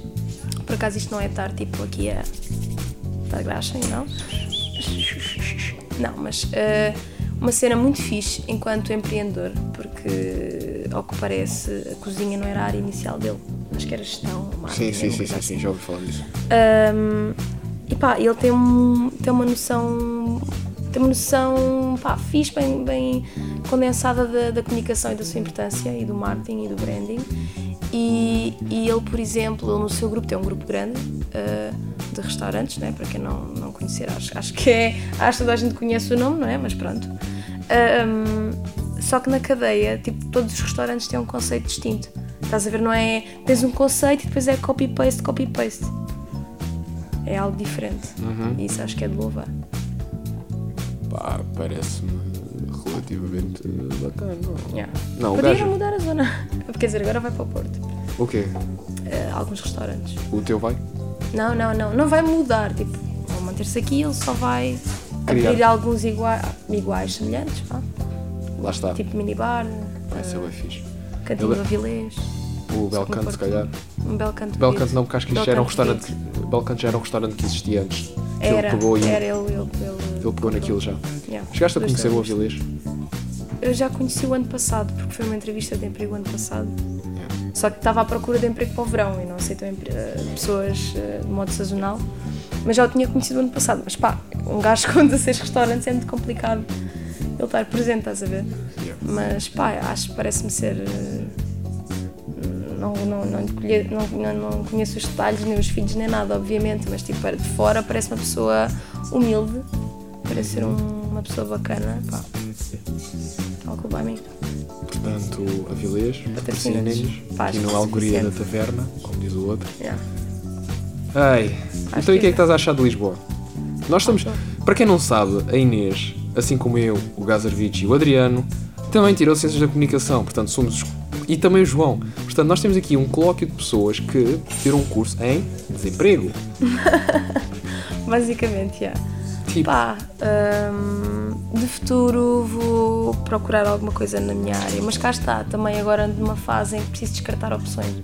Speaker 2: por acaso isto não é estar tipo aqui a dar graxa e não? Não, mas eh, uma cena muito fixe enquanto empreendedor, porque ao que parece a cozinha não era a área inicial dele. Acho que era gestão, marketing, uma coisa assim.
Speaker 1: já ouvi falar disso.
Speaker 2: Um, e pá, ele tem, um- tem uma noção. Tem uma noção pá, fixe, bem, bem condensada da, da comunicação e da sua importância e do marketing e do branding. E, e ele, por exemplo, ele no seu grupo tem um grupo grande uh, de restaurantes, né? para quem não, não conhecer, acho, acho que é. Acho que toda a gente conhece o nome, não é? Mas pronto. Um, só que na cadeia, tipo, todos os restaurantes têm um conceito distinto. Estás a ver, não é? Tens um conceito e depois é copy-paste, copy-paste é algo diferente.
Speaker 1: Uhum.
Speaker 2: E isso acho que é de louvar.
Speaker 1: Pá, parece-me relativamente bacana.
Speaker 2: Yeah.
Speaker 1: Não, o
Speaker 2: Podia
Speaker 1: gajo-
Speaker 2: mudar a zona. (laughs) Quer dizer, agora vai para o Porto.
Speaker 1: O quê?
Speaker 2: Eh, alguns restaurantes.
Speaker 1: O teu vai?
Speaker 2: Não, não, não. Não vai mudar. Tipo, vão manter-se aqui, ele só vai
Speaker 1: Criar.
Speaker 2: abrir alguns igua- iguais, semelhantes, vá.
Speaker 1: Lá está.
Speaker 2: Tipo minibar,
Speaker 1: Vai ser
Speaker 2: eh,
Speaker 1: bem fixe.
Speaker 2: cantinho
Speaker 1: Ele- é
Speaker 2: do Avilés,
Speaker 1: O
Speaker 2: Só que no
Speaker 1: Belcanto, se
Speaker 2: Porto.
Speaker 1: calhar.
Speaker 2: um Belcanto.
Speaker 1: Belcanto
Speaker 2: Pito.
Speaker 1: não, porque acho que isto já era um
Speaker 2: Belcanto
Speaker 1: restaurante. Belcanto já era um restaurante que existia antes.
Speaker 2: Pito.
Speaker 1: Que
Speaker 2: Era,
Speaker 1: ele pegou e
Speaker 2: era ele, ele, ele,
Speaker 1: ele pegou naquilo já.
Speaker 2: Yeah.
Speaker 1: Chegaste a
Speaker 2: Dois
Speaker 1: conhecer o
Speaker 2: restaurantes.
Speaker 1: Avilés?
Speaker 2: Eu já conheci o ano passado, porque foi uma entrevista de emprego ano passado. Só que estava à procura de emprego para o verão e não aceitam empre- eh, pessoas eh, de modo sazonal. Mas já o tinha conhecido ano passado. Mas pá, um gajo (laughs) com 16 restaurantes é muito complicado ele estar presente, estás a ver?
Speaker 1: Yeah.
Speaker 2: Mas pá, acho que parece-me ser. eh, Não, não, não, lhe colhe- não, não, não conheço os detalhes, nem os filhos, nem nada, obviamente, mas tipo, para de fora parece uma pessoa humilde, parece ser um- uma pessoa bacana, pá. Algo by me.
Speaker 1: Portanto, Avilés,
Speaker 2: Patrocina-nos.
Speaker 1: patrocinem-nos.
Speaker 2: Pá,
Speaker 1: Aqui
Speaker 2: acho que
Speaker 1: no
Speaker 2: é
Speaker 1: Algoria da
Speaker 2: suficiente.
Speaker 1: Taverna, como diz o outro.
Speaker 2: Yeah.
Speaker 1: Ah, Ai.
Speaker 2: Acho
Speaker 1: então e o que é que
Speaker 2: que-
Speaker 1: estás a achar de Lisboa? Nós estamos. Para quem não sabe, a Inês, assim como eu, o Gazarvich e o Adriano, também tirou Ciências da Comunicação, portanto somos. os- E também o João. Portanto, nós temos aqui um colóquio de pessoas que tiram um curso em desemprego.
Speaker 2: Basicamente, yeah.
Speaker 1: Tipo,
Speaker 2: Pá, hum, de futuro vou procurar alguma coisa na minha área, mas cá está, também agora ando numa fase em que preciso descartar opções.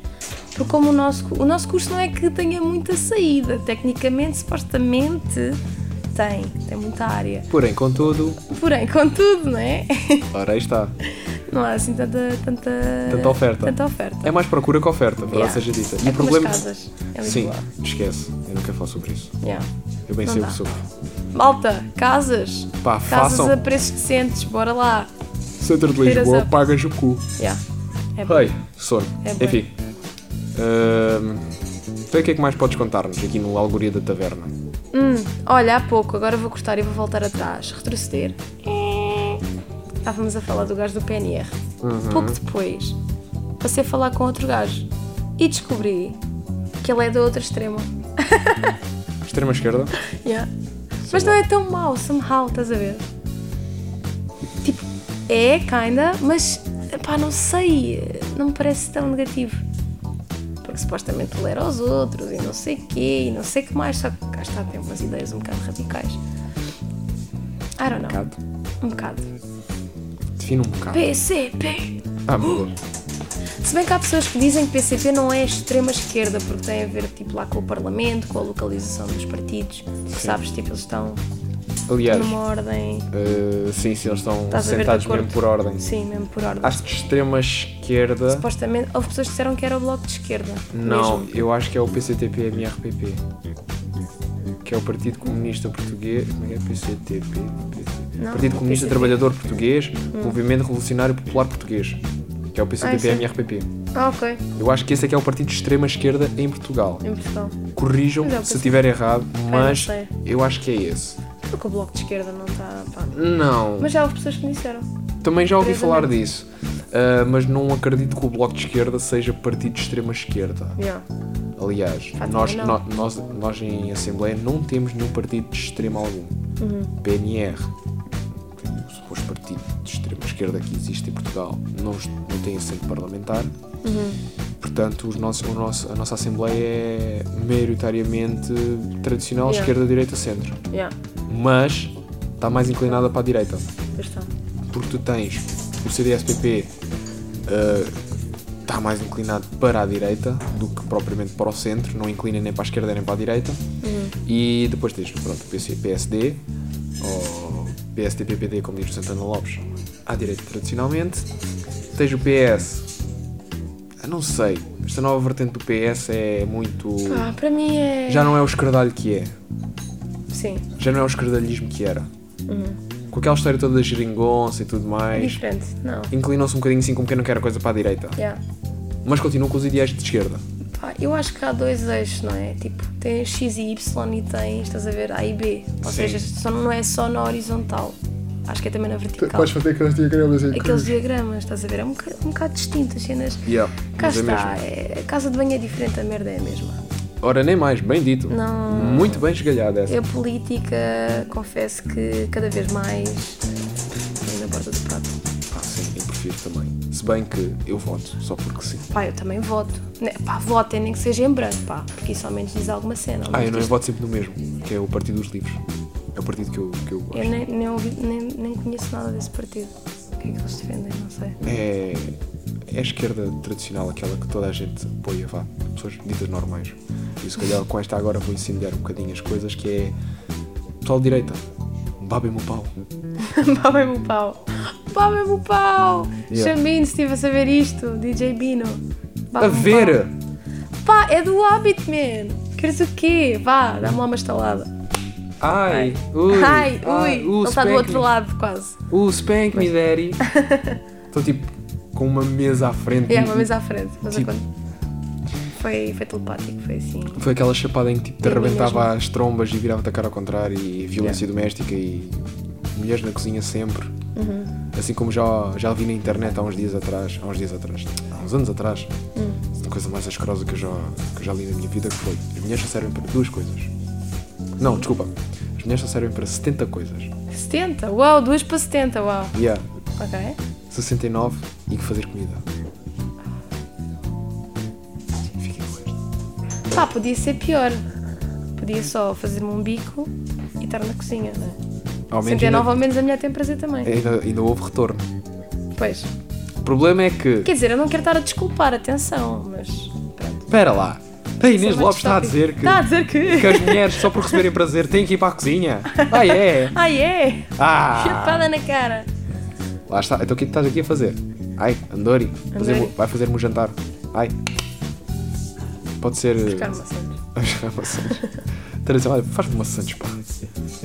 Speaker 2: Porque como o nosso, cu- o nosso curso não é que tenha muita saída, tecnicamente, supostamente, tem, tem muita área.
Speaker 1: porém, contudo,
Speaker 2: Porém, (laughs) contudo, não é?
Speaker 1: ora aí está.
Speaker 2: Não há assim tanta... Tanta,
Speaker 1: Tanta oferta.
Speaker 2: Tanta oferta.
Speaker 1: É mais procura que oferta, verdade
Speaker 2: Yeah.
Speaker 1: seja dita.
Speaker 2: É como as casas, é
Speaker 1: Sim,
Speaker 2: Lisboa.
Speaker 1: esquece. Eu nunca falo sobre isso.
Speaker 2: Yeah.
Speaker 1: Eu bem
Speaker 2: Não
Speaker 1: sei o
Speaker 2: dá.
Speaker 1: que sou.
Speaker 2: Malta, casas.
Speaker 1: Pá,
Speaker 2: casas
Speaker 1: façam.
Speaker 2: a preços decentes, bora lá.
Speaker 1: Centro de
Speaker 2: Tiras
Speaker 1: Lisboa,
Speaker 2: a-
Speaker 1: pagas o cu.
Speaker 2: Yeah. É bom.
Speaker 1: Ai, sono.
Speaker 2: É bom.
Speaker 1: Enfim. Ahm, então o que é que mais podes contar-nos aqui no Algoria da Taverna?
Speaker 2: Hum, olha, há pouco, agora vou cortar e vou voltar atrás. Retroceder. Estávamos a falar do gajo do PNR. Pouco depois, passei a falar com outro gajo e descobri que ele é do outro extremo.
Speaker 1: Extrema esquerda?
Speaker 2: Yeah. Mas não é tão mau, somehow, estás a ver? Tipo, é, kinda, mas pá, não sei, não me parece tão negativo. Porque supostamente ele era aos outros e não sei quê e não sei que mais, só que cá está, tem umas ideias um bocado radicais. I don't know.
Speaker 1: bocado.
Speaker 2: Um bocado.
Speaker 1: Define um bocado.
Speaker 2: PCP.
Speaker 1: Ah,
Speaker 2: uh,
Speaker 1: meu Deus.
Speaker 2: Se bem que há pessoas que dizem que PCP não é extrema esquerda, porque tem a ver tipo lá com o Parlamento, com a localização dos partidos, que sabes, tipo, eles estão
Speaker 1: Aliás,
Speaker 2: numa ordem.
Speaker 1: ah, sim, sim, eles estão
Speaker 2: Estás a ver de
Speaker 1: sentados
Speaker 2: acordo?
Speaker 1: mesmo por ordem.
Speaker 2: Sim, mesmo por ordem.
Speaker 1: Acho que extrema esquerda.
Speaker 2: Supostamente, houve pessoas que disseram que era o bloco de esquerda.
Speaker 1: Não,
Speaker 2: mesmo.
Speaker 1: eu acho que é o PCTP-MRPP. Que é o Partido Comunista Português. Como é que é? PCTP?
Speaker 2: Não,
Speaker 1: Partido Comunista
Speaker 2: não, PCTP.
Speaker 1: Trabalhador Português,
Speaker 2: Hum.
Speaker 1: Movimento Revolucionário Popular Português. Que é o PCTP-MRPP.
Speaker 2: Ah, ok.
Speaker 1: Eu acho que esse é que é o partido de extrema esquerda em Portugal.
Speaker 2: Em Portugal.
Speaker 1: Corrijam
Speaker 2: Mas é o
Speaker 1: se
Speaker 2: PCP.
Speaker 1: tiver errado, mas
Speaker 2: sei.
Speaker 1: eu acho que é esse.
Speaker 2: Porque o bloco de esquerda não está. pá.
Speaker 1: Não,
Speaker 2: Mas já houve pessoas que me disseram.
Speaker 1: também já ouvi falar
Speaker 2: curiosamente.
Speaker 1: disso. Ah, mas não acredito que o Bloco de Esquerda seja partido de extrema esquerda.
Speaker 2: Yeah.
Speaker 1: Aliás,
Speaker 2: Fátima,
Speaker 1: nós,
Speaker 2: não.
Speaker 1: nó- nós, nós em Assembleia não temos nenhum partido de extrema algum.
Speaker 2: Uhum.
Speaker 1: PNR, o suposto partido de extrema esquerda que existe em Portugal, não, est- não tem assento parlamentar.
Speaker 2: Uhum.
Speaker 1: Portanto, os nossos, o nosso- a nossa Assembleia é maioritariamente tradicional,
Speaker 2: Yeah.
Speaker 1: esquerda, direita, centro.
Speaker 2: Yeah.
Speaker 1: Mas está mais inclinada para a direita
Speaker 2: Pois está.
Speaker 1: porque tu tens o CDSPP está eh, tá mais inclinado para a direita do que propriamente para o centro, não inclina nem para a esquerda nem para a direita.
Speaker 2: Uhum.
Speaker 1: E depois tens pronto, o PC, PSD, ou PSDPPD, como diz o Santana Lopes, à direita tradicionalmente. Tens o PS, eu não sei, esta nova vertente do PS é muito.
Speaker 2: Ah, para mim é.
Speaker 1: Já não é o escardalho que é,
Speaker 2: Sim.
Speaker 1: já não é o escardalhismo que era. Com aquela história toda da geringonça e tudo
Speaker 2: Uhum. É
Speaker 1: mais
Speaker 2: diferente. Não.
Speaker 1: inclinou-se um bocadinho assim como quem não quer a coisa para a direita.
Speaker 2: Yeah.
Speaker 1: Mas continua com os ideais de esquerda.
Speaker 2: Pá, eu acho que há dois eixos, não é? Tipo, tem X e Y e tem, estás a ver, A e B. Ou
Speaker 1: Sim.
Speaker 2: seja, só não é só na horizontal. Acho que é também na vertical.
Speaker 1: fazer aqueles diagramas aí.
Speaker 2: Aqueles diagramas, estás a ver? É um bocado, um bocado distinto as cenas.
Speaker 1: Yeah,
Speaker 2: Cá
Speaker 1: mas é
Speaker 2: está,
Speaker 1: mesmo.
Speaker 2: é- a casa de banho é diferente, a merda é a mesma.
Speaker 1: Ora, nem mais, bem dito.
Speaker 2: Não.
Speaker 1: Muito bem esgalhada essa.
Speaker 2: E a política, confesso que cada vez mais vem na borda do prato.
Speaker 1: Ah, sim, eu prefiro também. Se bem que eu voto, só porque sim.
Speaker 2: Pá, eu também voto. Né, Pá, voto é nem que seja em branco, pá, porque isso ao menos diz alguma cena. ao
Speaker 1: Ah, eu não
Speaker 2: menos
Speaker 1: eu voto sempre no mesmo, que é o Partido dos Livres. É o partido que eu, que eu
Speaker 2: diz-
Speaker 1: gosto.
Speaker 2: Eu nem, nem, ouvi- nem, nem conheço nada desse partido. O que é que eles defendem? Não sei. (laughs)
Speaker 1: É, é a esquerda tradicional, aquela que toda a gente apoia, vá. Pessoas ditas normais. E se calhar com esta agora vou incendiar um bocadinho as coisas, que é. Pessoal de direita, babem-me o pau.
Speaker 2: Babem o pau! Babem o pau!
Speaker 1: Yeah.
Speaker 2: Yeah. Xambino, se estive a saber isto, DJ Bino.
Speaker 1: A
Speaker 2: Babem o
Speaker 1: ver!
Speaker 2: pau. Pá, é do hábito, man! Queres o quê? Vá, dá-me lá uma estalada.
Speaker 1: Ai, ui,
Speaker 2: Ai, ui,
Speaker 1: uh,
Speaker 2: ele está do
Speaker 1: spank
Speaker 2: outro
Speaker 1: me.
Speaker 2: lado quase.
Speaker 1: Uh, spank me daddy. Estou tipo com uma mesa à frente.
Speaker 2: É, uma vez à frente. Mas
Speaker 1: Tipo-
Speaker 2: quando... foi, foi telepático, foi assim.
Speaker 1: Foi aquela chapada em que tipo, te
Speaker 2: É mesmo.
Speaker 1: arrebentava as trombas e virava-te a cara ao contrário e violência doméstica e mulheres na cozinha sempre. Assim como já, já vi na internet há uns dias atrás, há uns dias atrás, há uns anos atrás, uma coisa mais asquerosa que eu já, que eu já li na minha vida, que foi as mulheres só servem para duas coisas. Não, desculpa. As mulheres só servem para 70 coisas.
Speaker 2: 70? Uau, 2 para 70, uau.
Speaker 1: Yeah.
Speaker 2: Ok.
Speaker 1: 69 e que fazer comida. Fiquem com este.
Speaker 2: Pá, podia ser pior. Podia só fazer-me um bico e estar na cozinha, não é?
Speaker 1: Ao menos
Speaker 2: 69
Speaker 1: ainda,
Speaker 2: ao
Speaker 1: É.
Speaker 2: menos a mulher tem prazer também.
Speaker 1: ainda, ainda houve retorno.
Speaker 2: Pois.
Speaker 1: O problema é que.
Speaker 2: Quer dizer, eu não quero estar a desculpar, atenção, mas pronto.
Speaker 1: Espera lá. A Inês
Speaker 2: Isso é
Speaker 1: Lopes está a
Speaker 2: distópico.
Speaker 1: dizer que,
Speaker 2: Está a dizer
Speaker 1: que
Speaker 2: que... (laughs)
Speaker 1: as mulheres, só por receberem prazer, têm que ir para a cozinha. Ah,
Speaker 2: (laughs)
Speaker 1: é?
Speaker 2: Ai é!
Speaker 1: Ah!
Speaker 2: Chapada na cara.
Speaker 1: Lá está. Então o que é que estás aqui a fazer? Ai, Andori, fazer-
Speaker 2: Andori.
Speaker 1: vai fazer-me um jantar. Ai. Pode ser. eh,
Speaker 2: Buscar
Speaker 1: (laughs)
Speaker 2: maçãs.
Speaker 1: Maçãs. Teresa, olha, faz-me maçãs, pá.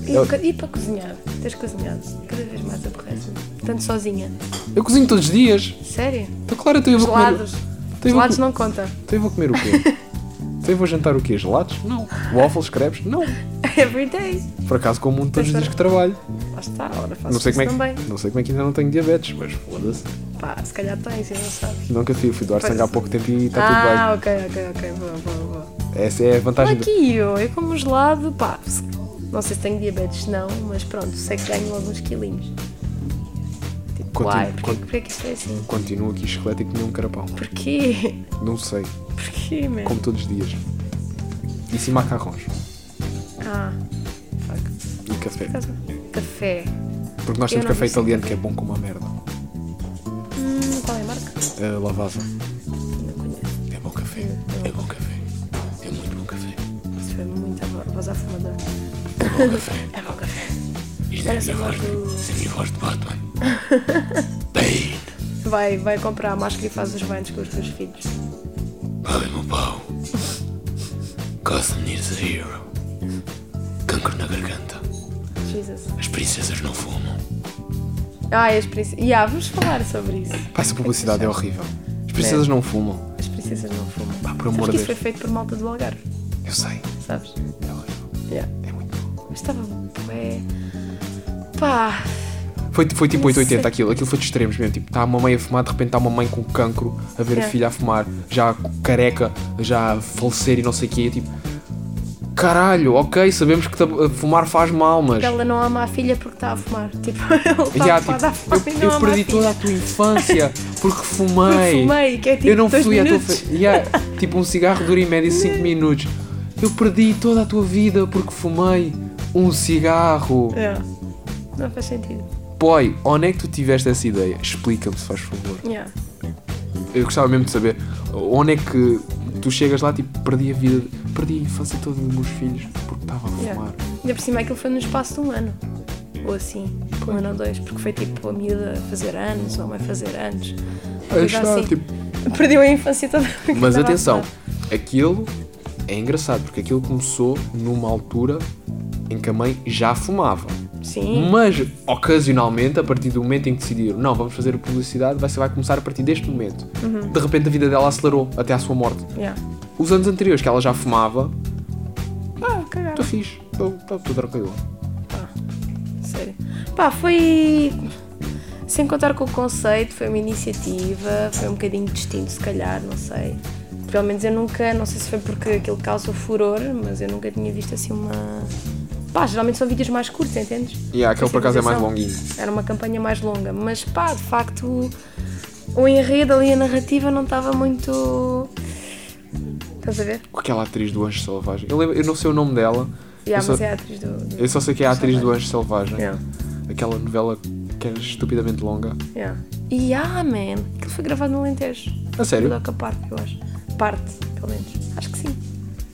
Speaker 2: E,
Speaker 1: Eu,
Speaker 2: e para cozinhar? Tens cozinhado cada vez mais aborrece Tanto sozinha.
Speaker 1: eu cozinho todos os dias.
Speaker 2: Sério?
Speaker 1: Então, claro, então eu vou comer.
Speaker 2: Gelados.
Speaker 1: Tem
Speaker 2: Gelados
Speaker 1: uma-
Speaker 2: não conta. (laughs)
Speaker 1: Então eu vou comer o quê? então eu vou jantar o quê? Gelados? Não. Waffles, crepes? Não.
Speaker 2: Every day.
Speaker 1: Por acaso como um todos os dias que trabalho.
Speaker 2: Lá está, agora faço
Speaker 1: Não sei,
Speaker 2: é. isso
Speaker 1: como é
Speaker 2: também.
Speaker 1: que, não sei como é que ainda não tenho diabetes, mas foda-se.
Speaker 2: Pá, se calhar tens, eu não sabes.
Speaker 1: Nunca fui, fui doar
Speaker 2: Pois.
Speaker 1: sangue há pouco tempo e está
Speaker 2: ah, ok, ok, ok. Boa, boa, boa.
Speaker 1: tudo bem. Essa é a vantagem. do-
Speaker 2: Aqui eu, eu como gelado, pá. se- Não sei se tenho diabetes, não, mas pronto, sei que ganho alguns quilinhos.
Speaker 1: Continu-
Speaker 2: Uai,
Speaker 1: con-
Speaker 2: porquê, porquê que isto é assim?
Speaker 1: Continuo aqui esquelético como um carapau.
Speaker 2: Porquê? (laughs)
Speaker 1: Não sei.
Speaker 2: Porquê, meu?
Speaker 1: Como todos os dias. E sim macarrões.
Speaker 2: Ah, fuck.
Speaker 1: E café.
Speaker 2: Por acaso, Café.
Speaker 1: Porque nós
Speaker 2: Eu
Speaker 1: temos
Speaker 2: não
Speaker 1: café
Speaker 2: sei.
Speaker 1: italiano que é bom como a merda.
Speaker 2: Hum, qual é a marca?
Speaker 1: Uh, Lavasa.
Speaker 2: Não conheço.
Speaker 1: É bom café. É bom café. É muito bom café.
Speaker 2: Isso foi muito a vo- voz à fumadora. (laughs) É bom café.
Speaker 1: Isto
Speaker 2: é a minha voz do-
Speaker 1: é a minha voz de
Speaker 2: (laughs)
Speaker 1: Batman.
Speaker 2: Vai, vai comprar a máscara e faz os banhos com os teus filhos.
Speaker 3: Olha meu pau. Gotham needs a hero. Cancro na garganta.
Speaker 2: Jesus.
Speaker 3: As princesas não fumam.
Speaker 2: Ah, as princesas. Yeah, vamos falar sobre isso.
Speaker 1: Pá, essa publicidade é horrível. As princesas
Speaker 2: É.
Speaker 1: não fumam.
Speaker 2: As princesas não fumam.
Speaker 1: Pá, por
Speaker 2: Sabes
Speaker 1: amor
Speaker 2: que
Speaker 1: de
Speaker 2: isso foi
Speaker 1: Deus.
Speaker 2: feito por malta do Algarve,
Speaker 1: Eu sei.
Speaker 2: sabes?
Speaker 1: É horrível.
Speaker 2: Yeah.
Speaker 1: É muito bom.
Speaker 2: Mas estava bué. Pá,
Speaker 1: Foi, foi tipo
Speaker 2: Não
Speaker 1: 880
Speaker 2: sei.
Speaker 1: aquilo. Aquilo foi de extremos mesmo. Tipo, está uma mãe a fumar, de repente está uma mãe com cancro, a ver
Speaker 2: É.
Speaker 1: o filho a fumar, já careca, já a falecer e não sei o quê. É Tipo, caralho, ok, sabemos que tab- fumar faz mal, mas.
Speaker 2: ela não ama a filha porque está a fumar. Tipo, (laughs) ele está
Speaker 1: Ya,
Speaker 2: ocupado a
Speaker 1: tipo,
Speaker 2: fumar e não
Speaker 1: eu, eu
Speaker 2: ama
Speaker 1: perdi
Speaker 2: a filha.
Speaker 1: toda a tua infância porque
Speaker 2: Eu
Speaker 1: fumei.
Speaker 2: fumei, que é tipo
Speaker 1: eu não
Speaker 2: dois
Speaker 1: fui
Speaker 2: minutos.
Speaker 1: à tua. fe- Ya, tipo, um cigarro dura em média 5 minutos. Eu perdi toda a tua vida porque fumei um cigarro.
Speaker 2: Yeah. É, Não faz sentido.
Speaker 1: Boy, onde é que tu tiveste essa ideia? Explica-me, se faz favor.
Speaker 2: Yeah.
Speaker 1: Eu gostava mesmo de saber onde é que tu chegas lá, tipo, perdi a vida, perdi a infância toda dos meus filhos porque estava a
Speaker 2: Yeah.
Speaker 1: fumar.
Speaker 2: Ainda por cima aquilo foi no espaço de um ano. Ou assim, um ano ou dois, porque foi tipo a miúda a fazer anos, ou a mãe a fazer anos.
Speaker 1: Aí
Speaker 2: Coisa
Speaker 1: está,
Speaker 2: assim.
Speaker 1: tipo-
Speaker 2: (laughs) Perdeu a infância toda. porque
Speaker 1: Mas
Speaker 2: estava a
Speaker 1: atenção,
Speaker 2: fumar.
Speaker 1: aquilo é engraçado porque aquilo começou numa altura em que a mãe já fumava.
Speaker 2: Sim.
Speaker 1: Mas ocasionalmente, a partir do momento em que decidiram, não, vamos fazer a publicidade, vai, vai começar a partir deste momento.
Speaker 2: Uhum.
Speaker 1: De repente a vida dela acelerou até à sua morte.
Speaker 2: Yeah.
Speaker 1: Os anos anteriores que ela já fumava,
Speaker 2: Ah,
Speaker 1: estou
Speaker 2: cagaram.
Speaker 1: fixe, estou tranquilo.
Speaker 2: Sério. Pá, foi. Sem contar com o conceito, foi uma iniciativa, foi um bocadinho distinto, se calhar, não sei. Pelo menos eu nunca, não sei se foi porque aquilo causou furor, mas eu nunca tinha visto assim uma. Pá, geralmente são vídeos mais curtos, entendes?
Speaker 1: E yeah, aquele por acaso é mais
Speaker 2: Sensação.
Speaker 1: longuinho.
Speaker 2: Era uma campanha mais longa, mas pá, de facto, o enredo ali, a narrativa não estava muito. Estás a ver?
Speaker 1: com aquela é atriz do Anjo Selvagem. Eu, lembro- eu não sei o nome dela.
Speaker 2: Yeah,
Speaker 1: eu,
Speaker 2: mas
Speaker 1: só,
Speaker 2: é a atriz do. do-
Speaker 1: eu só sei que é a atriz do
Speaker 2: Selvagem.
Speaker 1: Anjo Selvagem.
Speaker 2: Yeah.
Speaker 1: Aquela novela que era estupidamente longa.
Speaker 2: Yeah. E ah, man, aquilo foi gravado no Alentejo.
Speaker 1: A sério?
Speaker 2: Doca parte, eu acho. Parte, pelo menos. Acho que sim.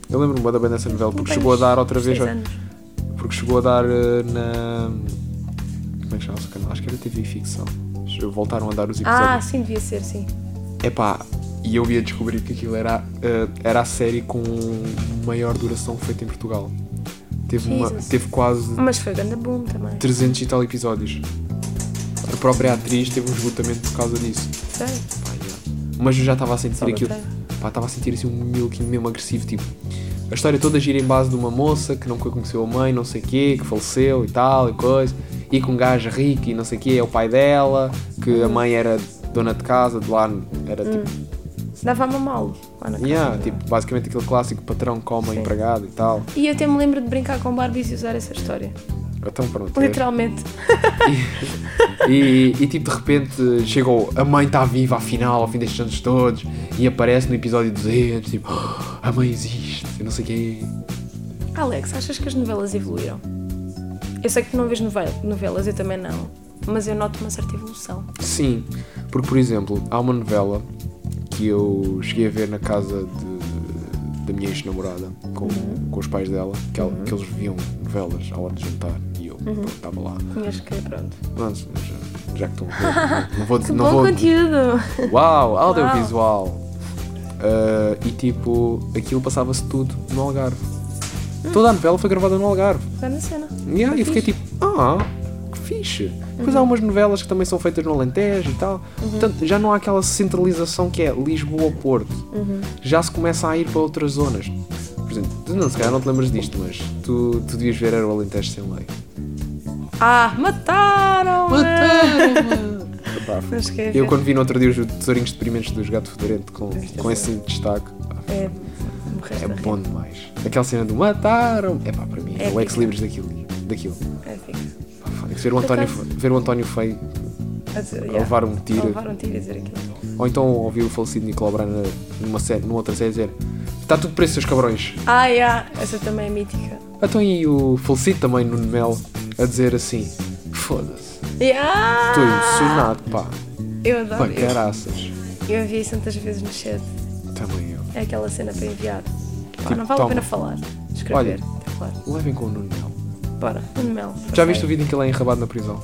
Speaker 1: Eu lembro-me bué da bem dessa novela porque
Speaker 2: Não
Speaker 1: chegou a
Speaker 2: tens
Speaker 1: dar outra vez.
Speaker 2: seis anos.
Speaker 1: Porque chegou a dar eh, na. Como é que chama o canal? Acho que era TV Ficção. Voltaram a dar os
Speaker 2: Ah,
Speaker 1: episódios.
Speaker 2: sim, devia ser, sim.
Speaker 1: Epá, e eu ia descobrir que aquilo era, eh, era a série com maior duração feita em Portugal. Teve, uma-
Speaker 2: Jesus.
Speaker 1: teve quase
Speaker 2: Mas foi grande boom também.
Speaker 1: 300 e tal episódios. A própria atriz teve um esgotamento por causa disso.
Speaker 2: Sei.
Speaker 1: Pá, yeah. Mas eu já estava a sentir
Speaker 2: Sabe
Speaker 1: aquilo.
Speaker 2: até.
Speaker 1: Pá, estava a sentir assim um milking mesmo agressivo, tipo. A história toda gira em base de uma moça que nunca conheceu a mãe, não sei o quê, que faleceu e tal e coisa. E com um gajo rico e não sei o quê, é o pai dela, que a mãe era dona de casa, de lá era tipo.
Speaker 2: Dava a mamá-lo lá na casa.
Speaker 1: Yeah,
Speaker 2: dela.
Speaker 1: tipo, basicamente aquele clássico patrão coma
Speaker 2: Hum. Sim.
Speaker 1: empregado e tal.
Speaker 2: E eu até me lembro de brincar com Barbies e usar essa história.
Speaker 1: Então pronto. é.
Speaker 2: Literalmente.
Speaker 1: E, e, tipo, de repente chegou, a mãe está viva afinal, ao fim destes anos todos, e aparece no episódio 200, tipo, "Ah, a mãe existe, e não sei o quê.
Speaker 2: Alex, achas que as novelas evoluíram? Eu sei que tu não vês nove- novelas, eu também não. Mas eu noto uma certa evolução.
Speaker 1: Sim, porque, por exemplo, há uma novela que eu cheguei a ver na casa de- da minha ex-namorada, com,
Speaker 2: Uhum.
Speaker 1: com os pais dela, que, ela- que eles viam novelas à hora de jantar, e eu
Speaker 2: Uhum.
Speaker 1: pronto, estava lá.
Speaker 2: Tinhas que, pronto.
Speaker 1: Pronto, já, já que estão a ver,
Speaker 2: (laughs)
Speaker 1: não vou
Speaker 2: Que
Speaker 1: dizer. não
Speaker 2: bom
Speaker 1: vou,
Speaker 2: conteúdo!
Speaker 1: Uau, é audiovisual! Ah, e tipo, aquilo passava-se tudo no Algarve. Toda a novela foi gravada no Algarve.
Speaker 2: Está na cena.
Speaker 1: E aí eu fiquei tipo, ah, que fixe! Depois há umas novelas que também são feitas no Alentejo e tal. Portanto, já não há aquela centralização que é Lisboa-Porto. Já se começa a ir para outras zonas. Por exemplo, tu não, se calhar não te lembras disto, mas tu, tu devias ver era o Alentejo sem lei.
Speaker 2: Ah, mataram!
Speaker 1: Epá,
Speaker 2: Não esquece.
Speaker 1: Eu quando vi no outro dia os tesourinhos de pimentos dos gato fedorento com, com esse destaque,
Speaker 2: É, morreste
Speaker 1: é
Speaker 2: a rir.
Speaker 1: bom demais. Aquela cena do mataram, é pá, para mim, é o
Speaker 2: Épico.
Speaker 1: ex-libris daquilo. daquilo.
Speaker 2: É, fica.
Speaker 1: Pá, foda-se. ver, o António,
Speaker 2: acaso-
Speaker 1: ver o António Feio,
Speaker 2: A dizer,
Speaker 1: A
Speaker 2: yeah.
Speaker 1: levar um tiro.
Speaker 2: A levar um tiro e dizer aquilo.
Speaker 1: ou então ouvir o falecido Nicolau Brana numa, série, numa outra série dizer Está tudo preso, seus cabrões.
Speaker 2: Ah, yeah. Essa também é mítica.
Speaker 1: Então e o falecido também, Nuno Mel, a dizer assim Foda-se,
Speaker 2: Yeah!
Speaker 1: estou emocionado, pá.
Speaker 2: Eu adoro.
Speaker 1: Pá,
Speaker 2: Eu,
Speaker 1: caraças.
Speaker 2: eu enviei isso tantas vezes no chat.
Speaker 1: Também eu.
Speaker 2: É aquela cena para enviar. Pá,
Speaker 1: Tipo,
Speaker 2: não vale a
Speaker 1: toma.
Speaker 2: pena falar. Escrever. Até falar.
Speaker 1: Levem com o Nuno Mel.
Speaker 2: Bora. Nuno Melo,
Speaker 1: Já
Speaker 2: parceiro.
Speaker 1: viste o vídeo em que ele é enrabado na prisão?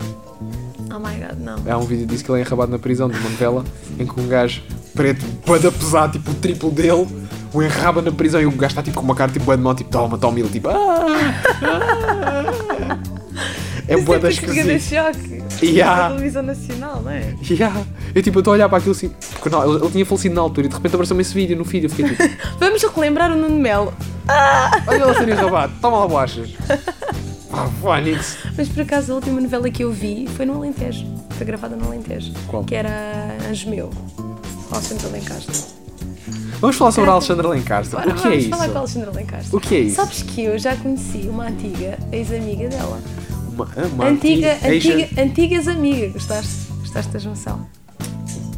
Speaker 2: Oh my god, não.
Speaker 1: Há um vídeo disso que ele é enrabado na prisão de uma novela em que um gajo preto, bada pesado, tipo o triplo dele, o enraba na prisão e o gajo está tipo com uma cara tipo bué de mal, tipo toma, toma, e ele tipo "Ah, ah." É bué da
Speaker 2: Chega
Speaker 1: esquisito.
Speaker 2: choque.
Speaker 1: Yeah.
Speaker 2: É televisão nacional, não é?
Speaker 1: (laughs) Yeah. Eu tipo, eu estou a olhar para aquilo assim, porque não, ele, ele tinha falecido na altura e de repente apareceu-me esse vídeo no feed, eu fiquei tipo, (laughs)
Speaker 2: Vamos relembrar o Nuno Melo.
Speaker 1: olha ele a ser enrabado, toma lá bolachas.
Speaker 2: (laughs)
Speaker 1: Ah, Fónix.
Speaker 2: Mas por acaso a última novela que eu vi foi no Alentejo. Foi gravada no Alentejo.
Speaker 1: Qual?
Speaker 2: Que era Anjo Meu. Alexandre Lencastre.
Speaker 1: Vamos falar sobre a Alexandra Lancaster.
Speaker 2: Bora,
Speaker 1: O que é
Speaker 2: vamos falar com a
Speaker 1: isso?
Speaker 2: Alexandre Lencastre.
Speaker 1: O que é isso?
Speaker 2: Sabes que eu já conheci uma antiga ex-amiga dela.
Speaker 1: Uma, uma
Speaker 2: antiga,
Speaker 1: Asian-
Speaker 2: antiga, antigas amiga. Gostaste? Gostaste da junção?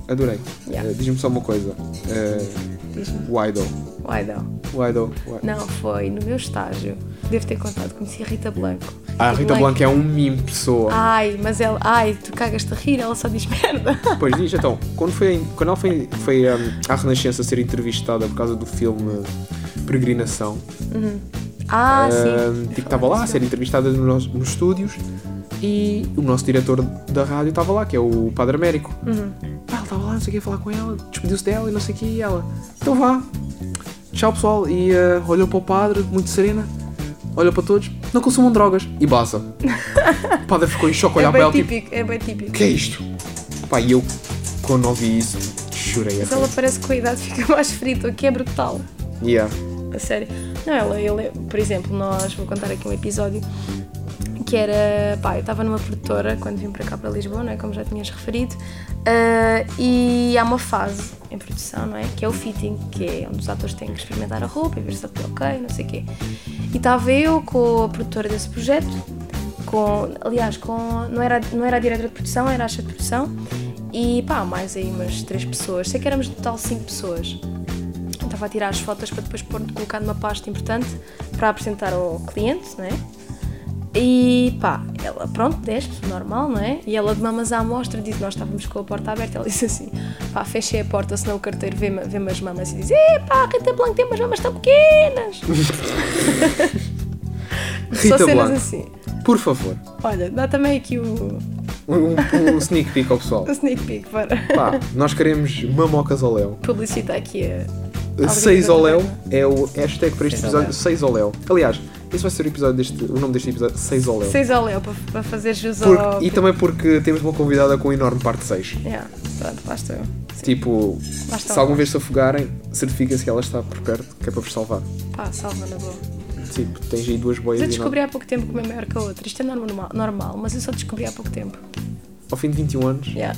Speaker 1: Adorei.
Speaker 2: Yeah.
Speaker 1: Eh, Diz-me só uma coisa. Eh,
Speaker 2: Diz-me.
Speaker 1: o Idol.
Speaker 2: Why não?
Speaker 1: O Idol. o I-
Speaker 2: Não, foi no meu estágio. Devo ter contado. Conheci a Rita Blanco.
Speaker 1: Ah, A Rita Blanco é um mime pessoa.
Speaker 2: Ai, mas ela. Ai, tu cagas-te a rir, ela só diz merda. (laughs)
Speaker 1: Pois diz, então, quando, foi, quando ela foi, foi hum, à Renascença ser entrevistada por causa do filme Peregrinação,
Speaker 2: Ah,
Speaker 1: hum,
Speaker 2: sim.
Speaker 1: tipo, estava lá a ser entrevistada no nos, nos estúdios e o nosso diretor da rádio estava lá, que é o Padre Américo.
Speaker 2: Uhum.
Speaker 1: Pá, ele estava lá, não sei o que, a falar com ela, despediu-se dela e não sei o que, e ela, então vá, tchau pessoal, e eh, olhou para o padre, muito serena, olhou para todos, não consumam drogas, e basta. o padre ficou em choque,
Speaker 2: É
Speaker 1: olhar para
Speaker 2: bem
Speaker 1: ela, tipo,
Speaker 2: típico, é bem típico.
Speaker 1: O que é isto? Pá, e eu, quando ouvi isso, chorei a
Speaker 2: Mas ela
Speaker 1: rir.
Speaker 2: parece que com a idade fica mais frita, o que é brutal.
Speaker 1: Yeah.
Speaker 2: A sério. Não, ela, ele, por exemplo, nós, vou contar aqui um episódio que era, pá, eu estava numa produtora quando vim para cá para Lisboa, não é? Como já tinhas referido, ah, e há uma fase em produção, não é? Que é o fitting, que é onde os atores têm que experimentar a roupa e ver se está tudo ok, não sei o quê. E estava eu com a produtora desse projeto, com, aliás, com, não, era, não era a diretora de produção, era a chefe de produção, e pá, mais aí umas três pessoas, sei que éramos no total cinco pessoas. Eu Estava a Então tirar as fotos para depois pôr, colocar numa pasta importante para apresentar ao cliente, não é? E pá, ela, pronto, deste, normal, não é? E ela de mamas à amostra disse: Nós estávamos com a porta aberta. Ela (laughs) disse assim: Pá, fechei a porta, senão o carteiro vê-me vê as mamas e diz: Epá, Rita Blanco tem umas mamas tão
Speaker 1: (laughs)
Speaker 2: pequenas.
Speaker 1: Rita
Speaker 2: Só cenas
Speaker 1: Blanco.
Speaker 2: assim.
Speaker 1: Por favor,
Speaker 2: Olha, dá também aqui o,
Speaker 1: um, um sneak peek ao
Speaker 2: (laughs)
Speaker 1: pessoal.
Speaker 2: o sneak peek para
Speaker 1: Pá, nós queremos mamocas ao Léo.
Speaker 2: publicitar aqui a.
Speaker 1: 6 ao Léo
Speaker 2: Léo.
Speaker 1: é o hashtag para este
Speaker 2: Seis ao
Speaker 1: episódio.
Speaker 2: Léo.
Speaker 1: 6 ao Léo. Aliás, esse vai ser o, episódio deste, o nome deste episódio, 6 ao Léo.
Speaker 2: 6 ao Léo para, para fazer jus ao.
Speaker 1: Porque- e também porque temos uma convidada com um enorme parte 6.
Speaker 2: Yeah, pronto, basta eu. Sim.
Speaker 1: Tipo,
Speaker 2: Basta
Speaker 1: se alguma vez se afogarem, certifica-se que ela está por perto, que é para vos salvar.
Speaker 2: Pá, salva na boa.
Speaker 1: Tipo, tens aí duas boias
Speaker 2: Mas
Speaker 1: enormes.
Speaker 2: eu descobri há pouco tempo que uma é maior que a outra. Isto é normal, normal, mas eu só descobri há pouco tempo.
Speaker 1: ao fim de 21
Speaker 2: (laughs)
Speaker 1: anos,
Speaker 2: Yeah.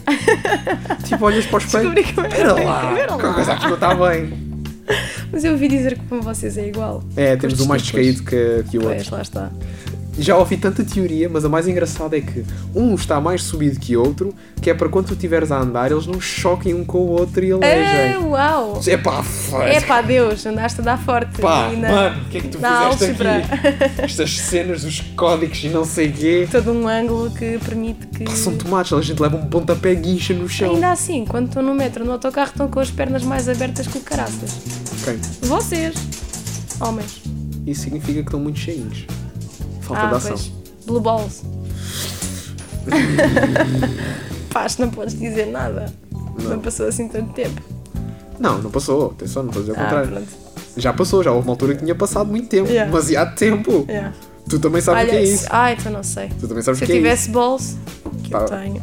Speaker 1: tipo, olhas para o espelho.
Speaker 2: Descobri que eu era
Speaker 1: Espera
Speaker 2: bem,
Speaker 1: lá,
Speaker 2: eu era
Speaker 1: qualquer
Speaker 2: lá."
Speaker 1: coisa aqui não está bem.
Speaker 2: Mas eu ouvi dizer que para vocês é igual.
Speaker 1: É, temos
Speaker 2: Os
Speaker 1: um mais
Speaker 2: tipos.
Speaker 1: descaído que, que o outro.
Speaker 2: Pois, lá está.
Speaker 1: Já ouvi tanta teoria, mas a mais engraçada é que um está mais subido que o outro, que é para quando tu estiveres a andar, eles não choquem um com o outro e
Speaker 2: É,
Speaker 1: elegem.
Speaker 2: uau!
Speaker 1: É pá,
Speaker 2: É pá, Deus, andaste a dar forte.
Speaker 1: Pá,
Speaker 2: E na-
Speaker 1: mano, o que é que tu
Speaker 2: na
Speaker 1: fizeste aqui? Estas cenas, os códigos e não sei quê.
Speaker 2: (laughs) Todo um ângulo que permite que.
Speaker 1: Pá, são tomates, a gente leva um pontapé guincha no chão.
Speaker 2: Ainda assim, quando estão no metro, no autocarro, estão com as pernas mais abertas que o caraças.
Speaker 1: Ok,
Speaker 2: Vocês, homens.
Speaker 1: Isso significa que estão muito cheios. Falta
Speaker 2: ah,
Speaker 1: de ação.
Speaker 2: pois. Blue (laughs) balls. Paz, não podes dizer nada. Não, passou assim tanto tempo.
Speaker 1: Não, não passou. Atenção, não estou a dizer o
Speaker 2: Ah,
Speaker 1: contrário.
Speaker 2: pronto.
Speaker 1: Já passou, já houve uma altura que tinha passado muito tempo.
Speaker 2: Yeah.
Speaker 1: Demasiado tempo.
Speaker 2: Yeah.
Speaker 1: Tu também sabes o que
Speaker 2: Olha,
Speaker 1: é
Speaker 2: se-
Speaker 1: isso.
Speaker 2: ai, tu não sei.
Speaker 1: Tu também sabes
Speaker 2: Se
Speaker 1: o
Speaker 2: eu
Speaker 1: que é isso.
Speaker 2: tivesse balls, que
Speaker 1: Pá. (laughs)
Speaker 2: eu tenho.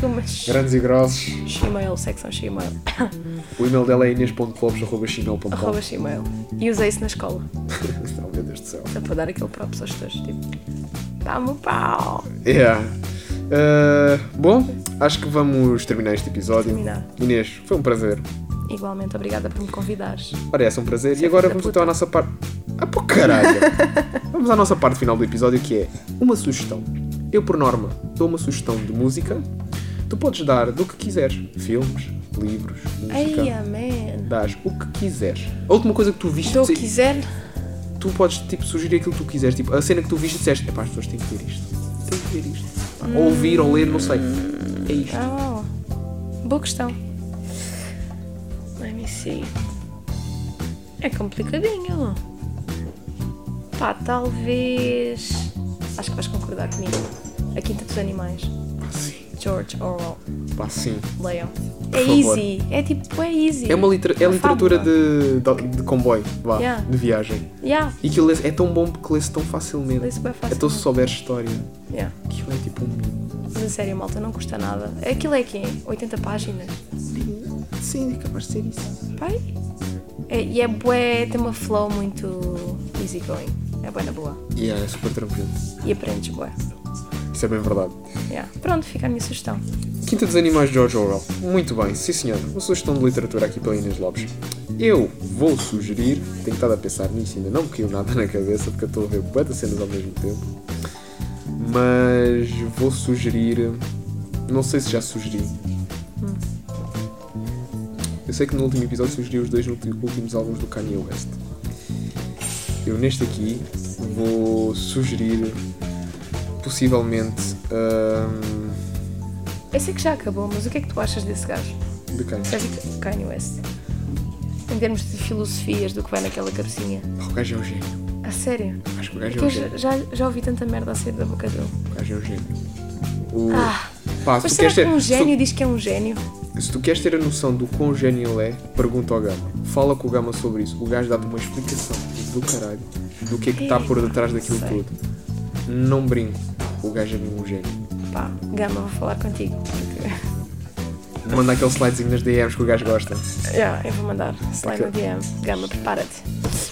Speaker 2: Com uma
Speaker 1: Grandes e grossos.
Speaker 2: Gmail,
Speaker 1: (coughs)
Speaker 2: secção Gmail.
Speaker 1: Tá O e-mail dela é inês.lobos.gmail.com
Speaker 2: Arroba Gmail. E usei isso na escola.
Speaker 1: (laughs) Oh, meu Deus do céu.
Speaker 2: Para dar aquele props aos teus. Tipo, dá-me o pau.
Speaker 1: Yeah. Uh, bom, acho que vamos terminar este episódio.
Speaker 2: Terminar.
Speaker 1: Inês, foi um prazer.
Speaker 2: Igualmente, obrigada por me convidares.
Speaker 1: Parece um prazer. E agora
Speaker 2: filho da
Speaker 1: vamos então à
Speaker 2: é puta.
Speaker 1: nossa parte. Ah, pô,
Speaker 2: (laughs)
Speaker 1: caralho! vamos à nossa parte final do episódio que é uma sugestão. Eu, por norma, dou uma sugestão de música. Tu podes dar do que quiseres: filmes, livros, música.
Speaker 2: Ai, amém.
Speaker 1: Dás o que quiseres. A última coisa que tu viste.
Speaker 2: Se eu
Speaker 1: se-
Speaker 2: quiser,
Speaker 1: tu podes tipo, sugerir aquilo que tu quiseres. Tipo, a cena que tu viste e disseste, epá, as pessoas têm que ver isto. Têm que ver isto. Pá,
Speaker 2: Hum.
Speaker 1: Ou ouvir ou ler, não sei. É isto.
Speaker 2: Ah, boa questão. Let me see. É complicadinho. Pá, talvez. Acho que vais concordar comigo. A Quinta dos Animais.
Speaker 1: Pá, sim.
Speaker 2: George Orwell.
Speaker 1: Pá, sim.
Speaker 2: Leiam.
Speaker 1: Por
Speaker 2: É
Speaker 1: favor.
Speaker 2: easy. É tipo, é easy.
Speaker 1: É, uma litera- é
Speaker 2: Uma
Speaker 1: literatura
Speaker 2: fábula.
Speaker 1: de, de, de comboio, vá,
Speaker 2: Yeah.
Speaker 1: de viagem.
Speaker 2: Yeah.
Speaker 1: E aquilo é, é tão bom porque lê-se tão facilmente.
Speaker 2: Lê-se
Speaker 1: É
Speaker 2: bem
Speaker 1: tão se
Speaker 2: facilmente.
Speaker 1: souberes história.
Speaker 2: yeah.
Speaker 1: Aquilo é tipo um.
Speaker 2: Mas a sério, malta, não custa nada. Aquilo é quê? 80 páginas.
Speaker 1: Sim, é capaz de ser isso.
Speaker 2: Pai? É- e é bué, tem uma flow muito easy going. É bué na boa.
Speaker 1: E yeah, é super tranquilo.
Speaker 2: E aprendes bué.
Speaker 1: Isso é bem verdade.
Speaker 2: Yeah. Pronto, fica a minha sugestão.
Speaker 1: Quinta dos Animais de George Orwell. Muito bem, sim senhor. Uma sugestão de literatura aqui pela Inês Lopes. Eu vou sugerir, tenho estado a pensar nisso, ainda não me caiu nada (laughs) na cabeça porque eu estou a ver bué de cenas ao mesmo tempo. Mas vou sugerir. Não sei se já sugeri. Eu sei que no último episódio sugeri os dois ulti- últimos álbuns do Kanye West. Eu neste aqui vou sugerir possivelmente. hum,
Speaker 2: Eu sei que já acabou, mas o que é que tu achas desse gajo?
Speaker 1: de quem?
Speaker 2: Sabe Kanye West? Em termos de filosofias do que vai naquela cabecinha.
Speaker 1: Pá, O gajo é um gênio.
Speaker 2: A sério?
Speaker 1: Acho que o
Speaker 2: É
Speaker 1: gajo
Speaker 2: que
Speaker 1: é um
Speaker 2: eu
Speaker 1: gênio.
Speaker 2: já, já, já ouvi tanta merda a sair da boca dele.
Speaker 1: O gajo é um gênio. O...
Speaker 2: Ah,
Speaker 1: Pá, se
Speaker 2: Mas
Speaker 1: tu,
Speaker 2: será
Speaker 1: queres
Speaker 2: que
Speaker 1: ter,
Speaker 2: um
Speaker 1: se tu-
Speaker 2: gênio diz que é um gênio?
Speaker 1: se tu queres ter a noção do quão gênio ele é, pergunta ao Gama. Fala com o Gama sobre isso. O gajo dá-te uma explicação do caralho do que é que está por detrás daquilo
Speaker 2: Sei.
Speaker 1: tudo. Não brinco. O gajo é mesmo um gênio.
Speaker 2: Pá, Gama, vou falar contigo. Porque...
Speaker 1: Manda aquele slidezinho nas DMs que o gajo gosta.
Speaker 2: Yeah, eu vou mandar. Slime
Speaker 1: Ok.
Speaker 2: no DM. Gama, prepara-te.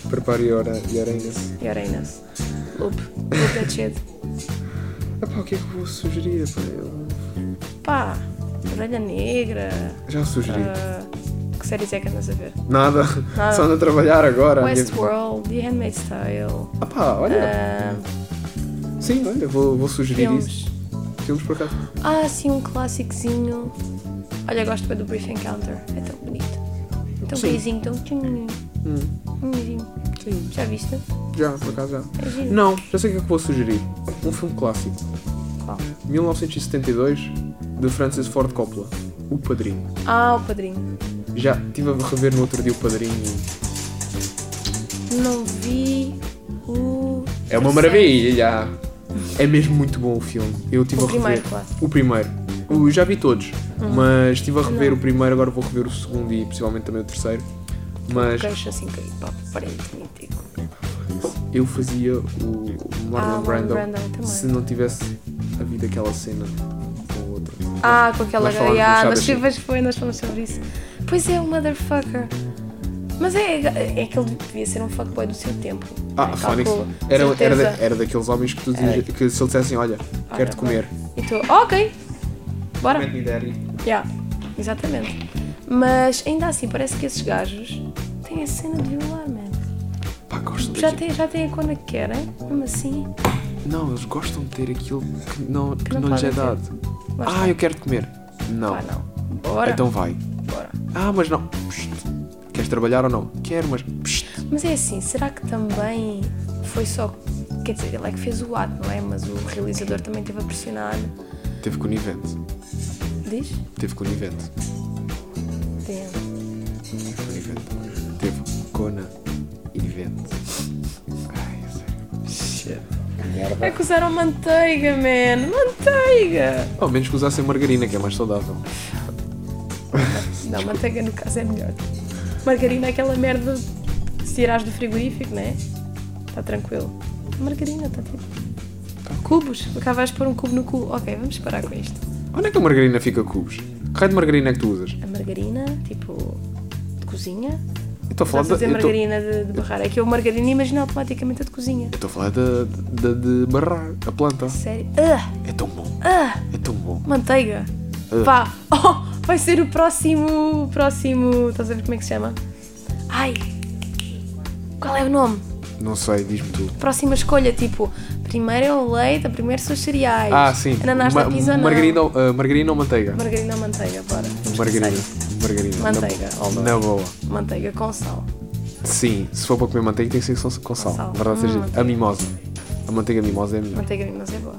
Speaker 1: Prepara e ora e arena-se.
Speaker 2: E Arenas. Loop. Loop that shit.
Speaker 1: Epá, o que é que eu vou sugerir? Epá, eu
Speaker 2: Pá, Orelha Negra.
Speaker 1: já sugeri.
Speaker 2: ah, que séries é que andas a ver?
Speaker 1: Nada.
Speaker 2: nada.
Speaker 1: Só é ando a trabalhar agora. a minha-
Speaker 2: Westworld, The Handmaid's Tale.
Speaker 1: Ah pá, olha.
Speaker 2: ah,
Speaker 1: Sim, olha, vou, vou sugerir isso.
Speaker 2: filmes.
Speaker 1: Filmes por acaso.
Speaker 2: Ah, sim, um clássicozinho. Olha, eu gosto bem do Brief Encounter. É tão bonito. É Tão
Speaker 1: Sim.
Speaker 2: beizinho, tão tchum,
Speaker 1: Hum.
Speaker 2: tchumzinho.
Speaker 1: Sim.
Speaker 2: Já viste?
Speaker 1: Já, por acaso já.
Speaker 2: É giro.
Speaker 1: Não, já sei o que é que vou sugerir. Um filme clássico.
Speaker 2: Qual?
Speaker 1: 1972, de Francis Ford Coppola. O Padrinho.
Speaker 2: Ah, o Padrinho.
Speaker 1: Já estive a rever no outro dia o Padrinho. e
Speaker 2: Não vi o...
Speaker 1: É uma
Speaker 2: terceiro.
Speaker 1: maravilha. já. É mesmo muito bom o filme. Eu estive
Speaker 2: O
Speaker 1: a rever.
Speaker 2: primeiro, Hum. claro.
Speaker 1: O primeiro. O- já vi todos. Mas estive a rever o primeiro, agora vou rever o segundo e possivelmente também o terceiro. Mas
Speaker 2: Queixo assim, que pá, parente, mítico.
Speaker 1: eu fazia o o Marlon
Speaker 2: Ah, o Marlon
Speaker 1: Brando,
Speaker 2: Brando também.
Speaker 1: se não tivesse havido aquela cena ou outra.
Speaker 2: Ah, com aquela
Speaker 1: Nós falamos
Speaker 2: gaiada.
Speaker 1: no
Speaker 2: Nós,
Speaker 1: chá da
Speaker 2: pois foi, nós falamos sobre isso. Pois é, o motherfucker. Mas é, é que ele devia ser um fuckboy do seu tempo.
Speaker 1: Ah, a
Speaker 2: Calculo.
Speaker 1: Phonics era, era,
Speaker 2: Tá Certeza. É.
Speaker 1: da- era daqueles homens que, tu dizias, que se ele dissessem, olha,
Speaker 2: Olha,
Speaker 1: quero-te comer,
Speaker 2: vai. E tu, ok, bora.
Speaker 1: Mete-me ideia.
Speaker 2: Yeah, exatamente. Mas ainda assim, parece que esses gajos têm a cena de violar, man.
Speaker 1: Pá, gosto
Speaker 2: Já
Speaker 1: daquilo.
Speaker 2: têm, já têm a quando querem, mesmo assim.
Speaker 1: Não, eles gostam de ter aquilo que não, que
Speaker 2: não
Speaker 1: não lhes é
Speaker 2: podem ter.
Speaker 1: dado.
Speaker 2: Lá
Speaker 1: Ah,
Speaker 2: está.
Speaker 1: eu quero comer. Não.
Speaker 2: Pá, não. Bora.
Speaker 1: Então vai.
Speaker 2: bora.
Speaker 1: Ah, mas não. Psst. Queres trabalhar ou não? Quero, mas. Psst.
Speaker 2: Mas é assim, será que também foi só. Quer dizer, ele é que fez o ato, não é? Mas o realizador também esteve a pressionar.
Speaker 1: Teve conivente.
Speaker 2: Diz?
Speaker 1: Teve conivente.
Speaker 2: Tem.
Speaker 1: Teve conivente. Teve cona e vente. Ai, eu sei.
Speaker 2: É que usaram manteiga, man! Manteiga!
Speaker 1: Ao menos que usassem margarina, que é mais saudável.
Speaker 2: Não, manteiga no caso é melhor. Margarina é aquela merda que se tirares do frigorífico, não é? Está tranquilo. Margarina, está tipo. Cubos, cá vais pôr um cubo no cu. Ok, vamos parar com isto.
Speaker 1: Onde é que a margarina fica cubos? Que raio de margarina é que tu usas?
Speaker 2: A margarina, tipo, de cozinha.
Speaker 1: Eu estou a falar
Speaker 2: Estás
Speaker 1: da.
Speaker 2: a dizer
Speaker 1: eu tô-
Speaker 2: margarina de, de barrar. É que eu margarina imagino automaticamente a de cozinha.
Speaker 1: eu Estou a falar da da- de barrar a planta.
Speaker 2: Sério? Ah,
Speaker 1: É tão bom.
Speaker 2: ah,
Speaker 1: É tão bom.
Speaker 2: manteiga!
Speaker 1: Ah.
Speaker 2: Pá! (laughs) Oh, vai ser o próximo. o próximo. Estás a ver como é que se chama? Ai! Qual é o nome?
Speaker 1: Não sei, diz-me tu.
Speaker 2: Próxima escolha, tipo, primeiro é o leite, primeiro são os cereais.
Speaker 1: Ah, sim.
Speaker 2: Ananás
Speaker 1: Ma-
Speaker 2: da pizza ou não?
Speaker 1: margarina, ou- ah, margarina ou manteiga?
Speaker 2: Margarina ou manteiga, bora. Vamos
Speaker 1: Margarina.
Speaker 2: começar.
Speaker 1: Margarina.
Speaker 2: Manteiga, all the
Speaker 1: Na,
Speaker 2: way.
Speaker 1: na boa.
Speaker 2: Manteiga com sal.
Speaker 1: Sim, se for para comer manteiga tem que ser com, com sal.
Speaker 2: sal.
Speaker 1: Verdade
Speaker 2: Hum,
Speaker 1: seja dita.
Speaker 2: manteiga.
Speaker 1: A mimosa. A manteiga mimosa é a melhor.
Speaker 2: Manteiga não sei boa.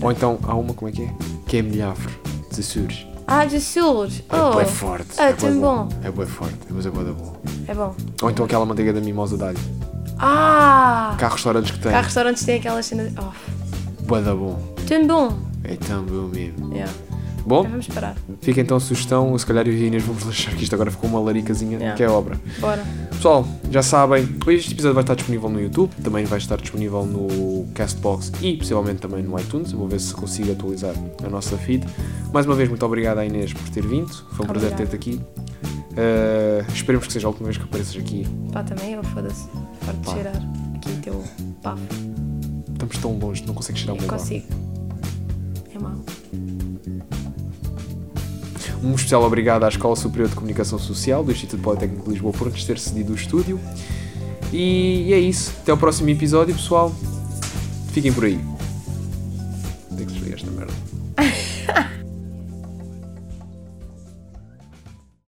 Speaker 1: Ou então há uma, como é que é? Que é milhavre. De Açores.
Speaker 2: Ah, de Açores!
Speaker 1: É
Speaker 2: Oh!
Speaker 1: bué forte.
Speaker 2: Ah,
Speaker 1: é bué
Speaker 2: tão bom.
Speaker 1: É bué forte, mas é bué da boa.
Speaker 2: É bom.
Speaker 1: Ou então aquela manteiga da mimosa de alho.
Speaker 2: Ah!
Speaker 1: Que há restaurantes que têm.
Speaker 2: Há restaurantes que têm aquelas cenas. Oh,
Speaker 1: Bué da bom.
Speaker 2: tão bom!
Speaker 1: É tão bom mesmo.
Speaker 2: Yeah.
Speaker 1: Bom,
Speaker 2: Mas Vamos parar.
Speaker 1: fica então a sugestão. Se calhar eu e a Inês vamos deixar que isto agora ficou uma laricazinha
Speaker 2: Yeah.
Speaker 1: que é obra.
Speaker 2: Bora.
Speaker 1: Pessoal, já sabem, este episódio vai estar disponível no YouTube, também vai estar disponível no Castbox e possivelmente também no iTunes. Eu Vou ver se consigo atualizar a nossa feed. Mais uma vez, muito obrigado à Inês por ter vindo. Foi um prazer
Speaker 2: Obrigada.
Speaker 1: ter-te aqui. Eh, esperemos que seja a última vez que apareças aqui.
Speaker 2: Pá, também eu, foda-se. Farto de
Speaker 1: Pá.
Speaker 2: cheirar. Aqui teu pá.
Speaker 1: Estamos tão longe, não consegues tirar um
Speaker 2: Eu
Speaker 1: bom
Speaker 2: consigo. É mau.
Speaker 1: Um especial obrigado à Escola Superior de Comunicação Social do Instituto Politécnico de Lisboa por nos ter cedido o estúdio. E é isso. Até ao próximo episódio, pessoal. é Fiquem por aí. Tem que desligar esta merda.